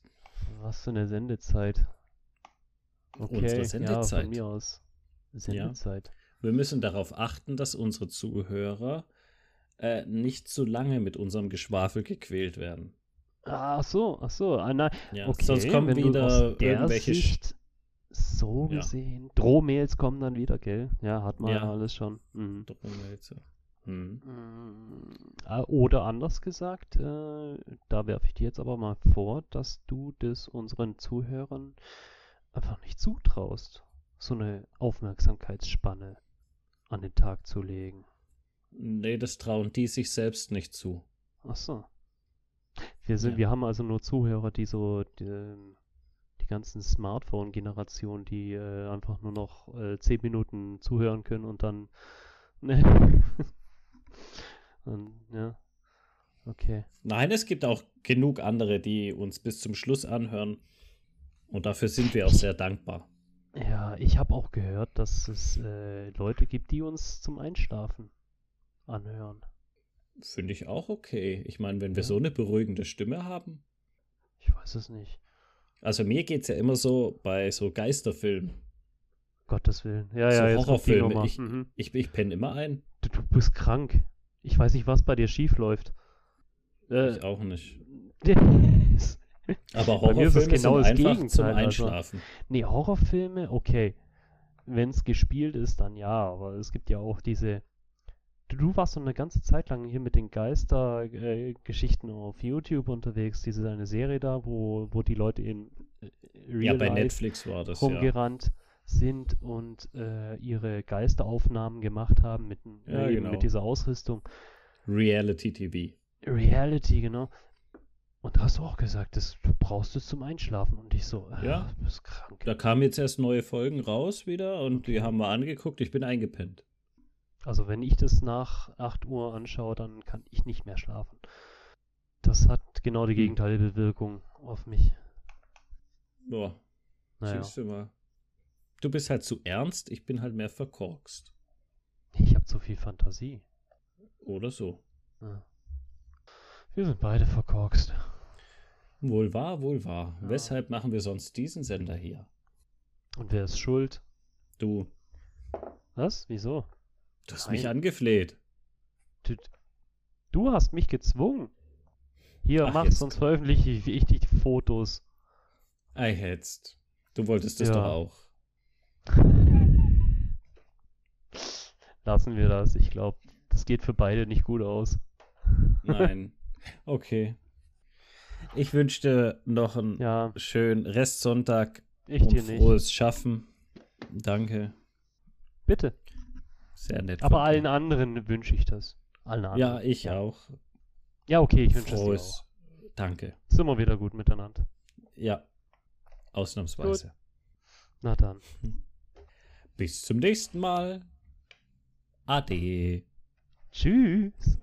[SPEAKER 3] Was für eine Sendezeit. Okay,
[SPEAKER 1] Unsere
[SPEAKER 3] Ja,
[SPEAKER 1] Sendezeit.
[SPEAKER 3] von mir aus. Sendezeit.
[SPEAKER 1] Wir müssen darauf achten, dass unsere Zuhörer äh, nicht zu lange mit unserem Geschwafel gequält werden.
[SPEAKER 3] Ah, Ach so, ach so. Ah, nein,
[SPEAKER 1] Ja,
[SPEAKER 3] okay,
[SPEAKER 1] sonst kommen
[SPEAKER 3] wenn du
[SPEAKER 1] wieder
[SPEAKER 3] aus der
[SPEAKER 1] irgendwelche. Sch-
[SPEAKER 3] Sicht so
[SPEAKER 1] Ja.
[SPEAKER 3] gesehen. Drohmails kommen dann wieder, gell? Ja, hat man
[SPEAKER 1] Ja.
[SPEAKER 3] ja alles schon. Mhm.
[SPEAKER 1] Drohmails. Hm.
[SPEAKER 3] Mm, ah, Oder anders gesagt, äh, da werfe ich dir jetzt aber mal vor, dass du das unseren Zuhörern einfach nicht zutraust, so eine Aufmerksamkeitsspanne an den Tag zu legen.
[SPEAKER 1] Nee, das trauen die sich selbst nicht zu.
[SPEAKER 3] Ach so. Wir sind,
[SPEAKER 1] Ja.
[SPEAKER 3] wir haben also nur Zuhörer, die so, die, die die ganzen Smartphone-Generationen, die äh, einfach nur noch äh, 10 Minuten zuhören können und dann. Ne. und, ja. Okay.
[SPEAKER 1] Nein, es gibt auch genug andere, die uns bis zum Schluss anhören. Und dafür sind wir auch sehr dankbar.
[SPEAKER 3] Ja, ich habe auch gehört, dass es äh, Leute gibt, die uns zum Einschlafen anhören.
[SPEAKER 1] Finde ich auch okay. Ich meine, wenn wir
[SPEAKER 3] Ja.
[SPEAKER 1] so eine beruhigende Stimme haben.
[SPEAKER 3] Ich weiß es nicht.
[SPEAKER 1] Also mir geht es ja immer so bei so Geisterfilmen.
[SPEAKER 3] Gottes Willen. Ja,
[SPEAKER 1] So
[SPEAKER 3] ja, jetzt kommt die
[SPEAKER 1] Horrorfilme.
[SPEAKER 3] Nummer.
[SPEAKER 1] Ich-
[SPEAKER 3] Mhm.
[SPEAKER 1] Ich, ich penne immer ein.
[SPEAKER 3] Du, du bist krank. Ich weiß nicht, was bei dir schief läuft. Äh,
[SPEAKER 1] Ich auch nicht. Aber
[SPEAKER 3] Bei mir ist es
[SPEAKER 1] Horrorfilme sind
[SPEAKER 3] genau das
[SPEAKER 1] einfach zum
[SPEAKER 3] Gegenteil, also.
[SPEAKER 1] Einschlafen.
[SPEAKER 3] nee, Horrorfilme, okay. Wenn es gespielt ist, dann ja, aber es gibt ja auch diese. Du, du warst so eine ganze Zeit lang hier mit den Geister-Geschichten auf YouTube unterwegs. Diese eine Serie da, wo, wo die Leute in äh, Real
[SPEAKER 1] ja, bei
[SPEAKER 3] Life
[SPEAKER 1] Netflix war das ja.
[SPEAKER 3] rumgerannt sind und äh, ihre Geisteraufnahmen gemacht haben mit,
[SPEAKER 1] Ja,
[SPEAKER 3] äh, eben
[SPEAKER 1] genau.
[SPEAKER 3] mit dieser Ausrüstung.
[SPEAKER 1] Reality TV.
[SPEAKER 3] Reality, genau. Und da hast du auch gesagt, das, du brauchst es zum Einschlafen. Und ich so, äh,
[SPEAKER 1] Ja.
[SPEAKER 3] du bist krank.
[SPEAKER 1] Da kamen jetzt erst neue Folgen raus wieder und die haben wir angeguckt. Ich bin eingepennt.
[SPEAKER 3] Also wenn ich das nach 8 Uhr anschaue, dann kann ich nicht mehr schlafen. Das hat genau die
[SPEAKER 1] Hm.
[SPEAKER 3] gegenteilige Wirkung auf mich.
[SPEAKER 1] Boah,
[SPEAKER 3] Naja.
[SPEAKER 1] siehst du mal. Du bist halt zu ernst, ich bin halt mehr verkorkst.
[SPEAKER 3] Ich habe zu viel Fantasie.
[SPEAKER 1] Oder so.
[SPEAKER 3] Ja. Wir sind beide verkorkst.
[SPEAKER 1] Wohl wahr, wohl wahr.
[SPEAKER 3] Ja.
[SPEAKER 1] Weshalb machen wir sonst diesen Sender hier?
[SPEAKER 3] Und wer ist schuld?
[SPEAKER 1] Du,
[SPEAKER 3] Was? Wieso?
[SPEAKER 1] du hast
[SPEAKER 3] Nein.
[SPEAKER 1] mich angefleht.
[SPEAKER 3] Du, du hast mich gezwungen. Hier,
[SPEAKER 1] Ach,
[SPEAKER 3] mach's,
[SPEAKER 1] jetzt
[SPEAKER 3] sonst veröffentliche ich, ich die Fotos.
[SPEAKER 1] I hetzt. Du wolltest das
[SPEAKER 3] Ja.
[SPEAKER 1] doch auch.
[SPEAKER 3] Lassen wir das. Ich glaube, das geht für beide nicht gut aus.
[SPEAKER 1] Nein. okay. Ich wünsche dir noch einen
[SPEAKER 3] Ja,
[SPEAKER 1] schönen Restsonntag
[SPEAKER 3] ich
[SPEAKER 1] und
[SPEAKER 3] dir nicht.
[SPEAKER 1] frohes Schaffen. Danke.
[SPEAKER 3] Bitte.
[SPEAKER 1] Sehr nett.
[SPEAKER 3] Aber
[SPEAKER 1] von dir.
[SPEAKER 3] allen anderen wünsche ich das. Allen anderen.
[SPEAKER 1] Ja, ich auch.
[SPEAKER 3] Ja, okay, ich wünsche es dir
[SPEAKER 1] Frohes.
[SPEAKER 3] auch.
[SPEAKER 1] Danke.
[SPEAKER 3] Sind wir wieder gut miteinander.
[SPEAKER 1] Ja. Ausnahmsweise.
[SPEAKER 3] Na dann.
[SPEAKER 1] Bis zum nächsten Mal. Ade.
[SPEAKER 3] Tschüss.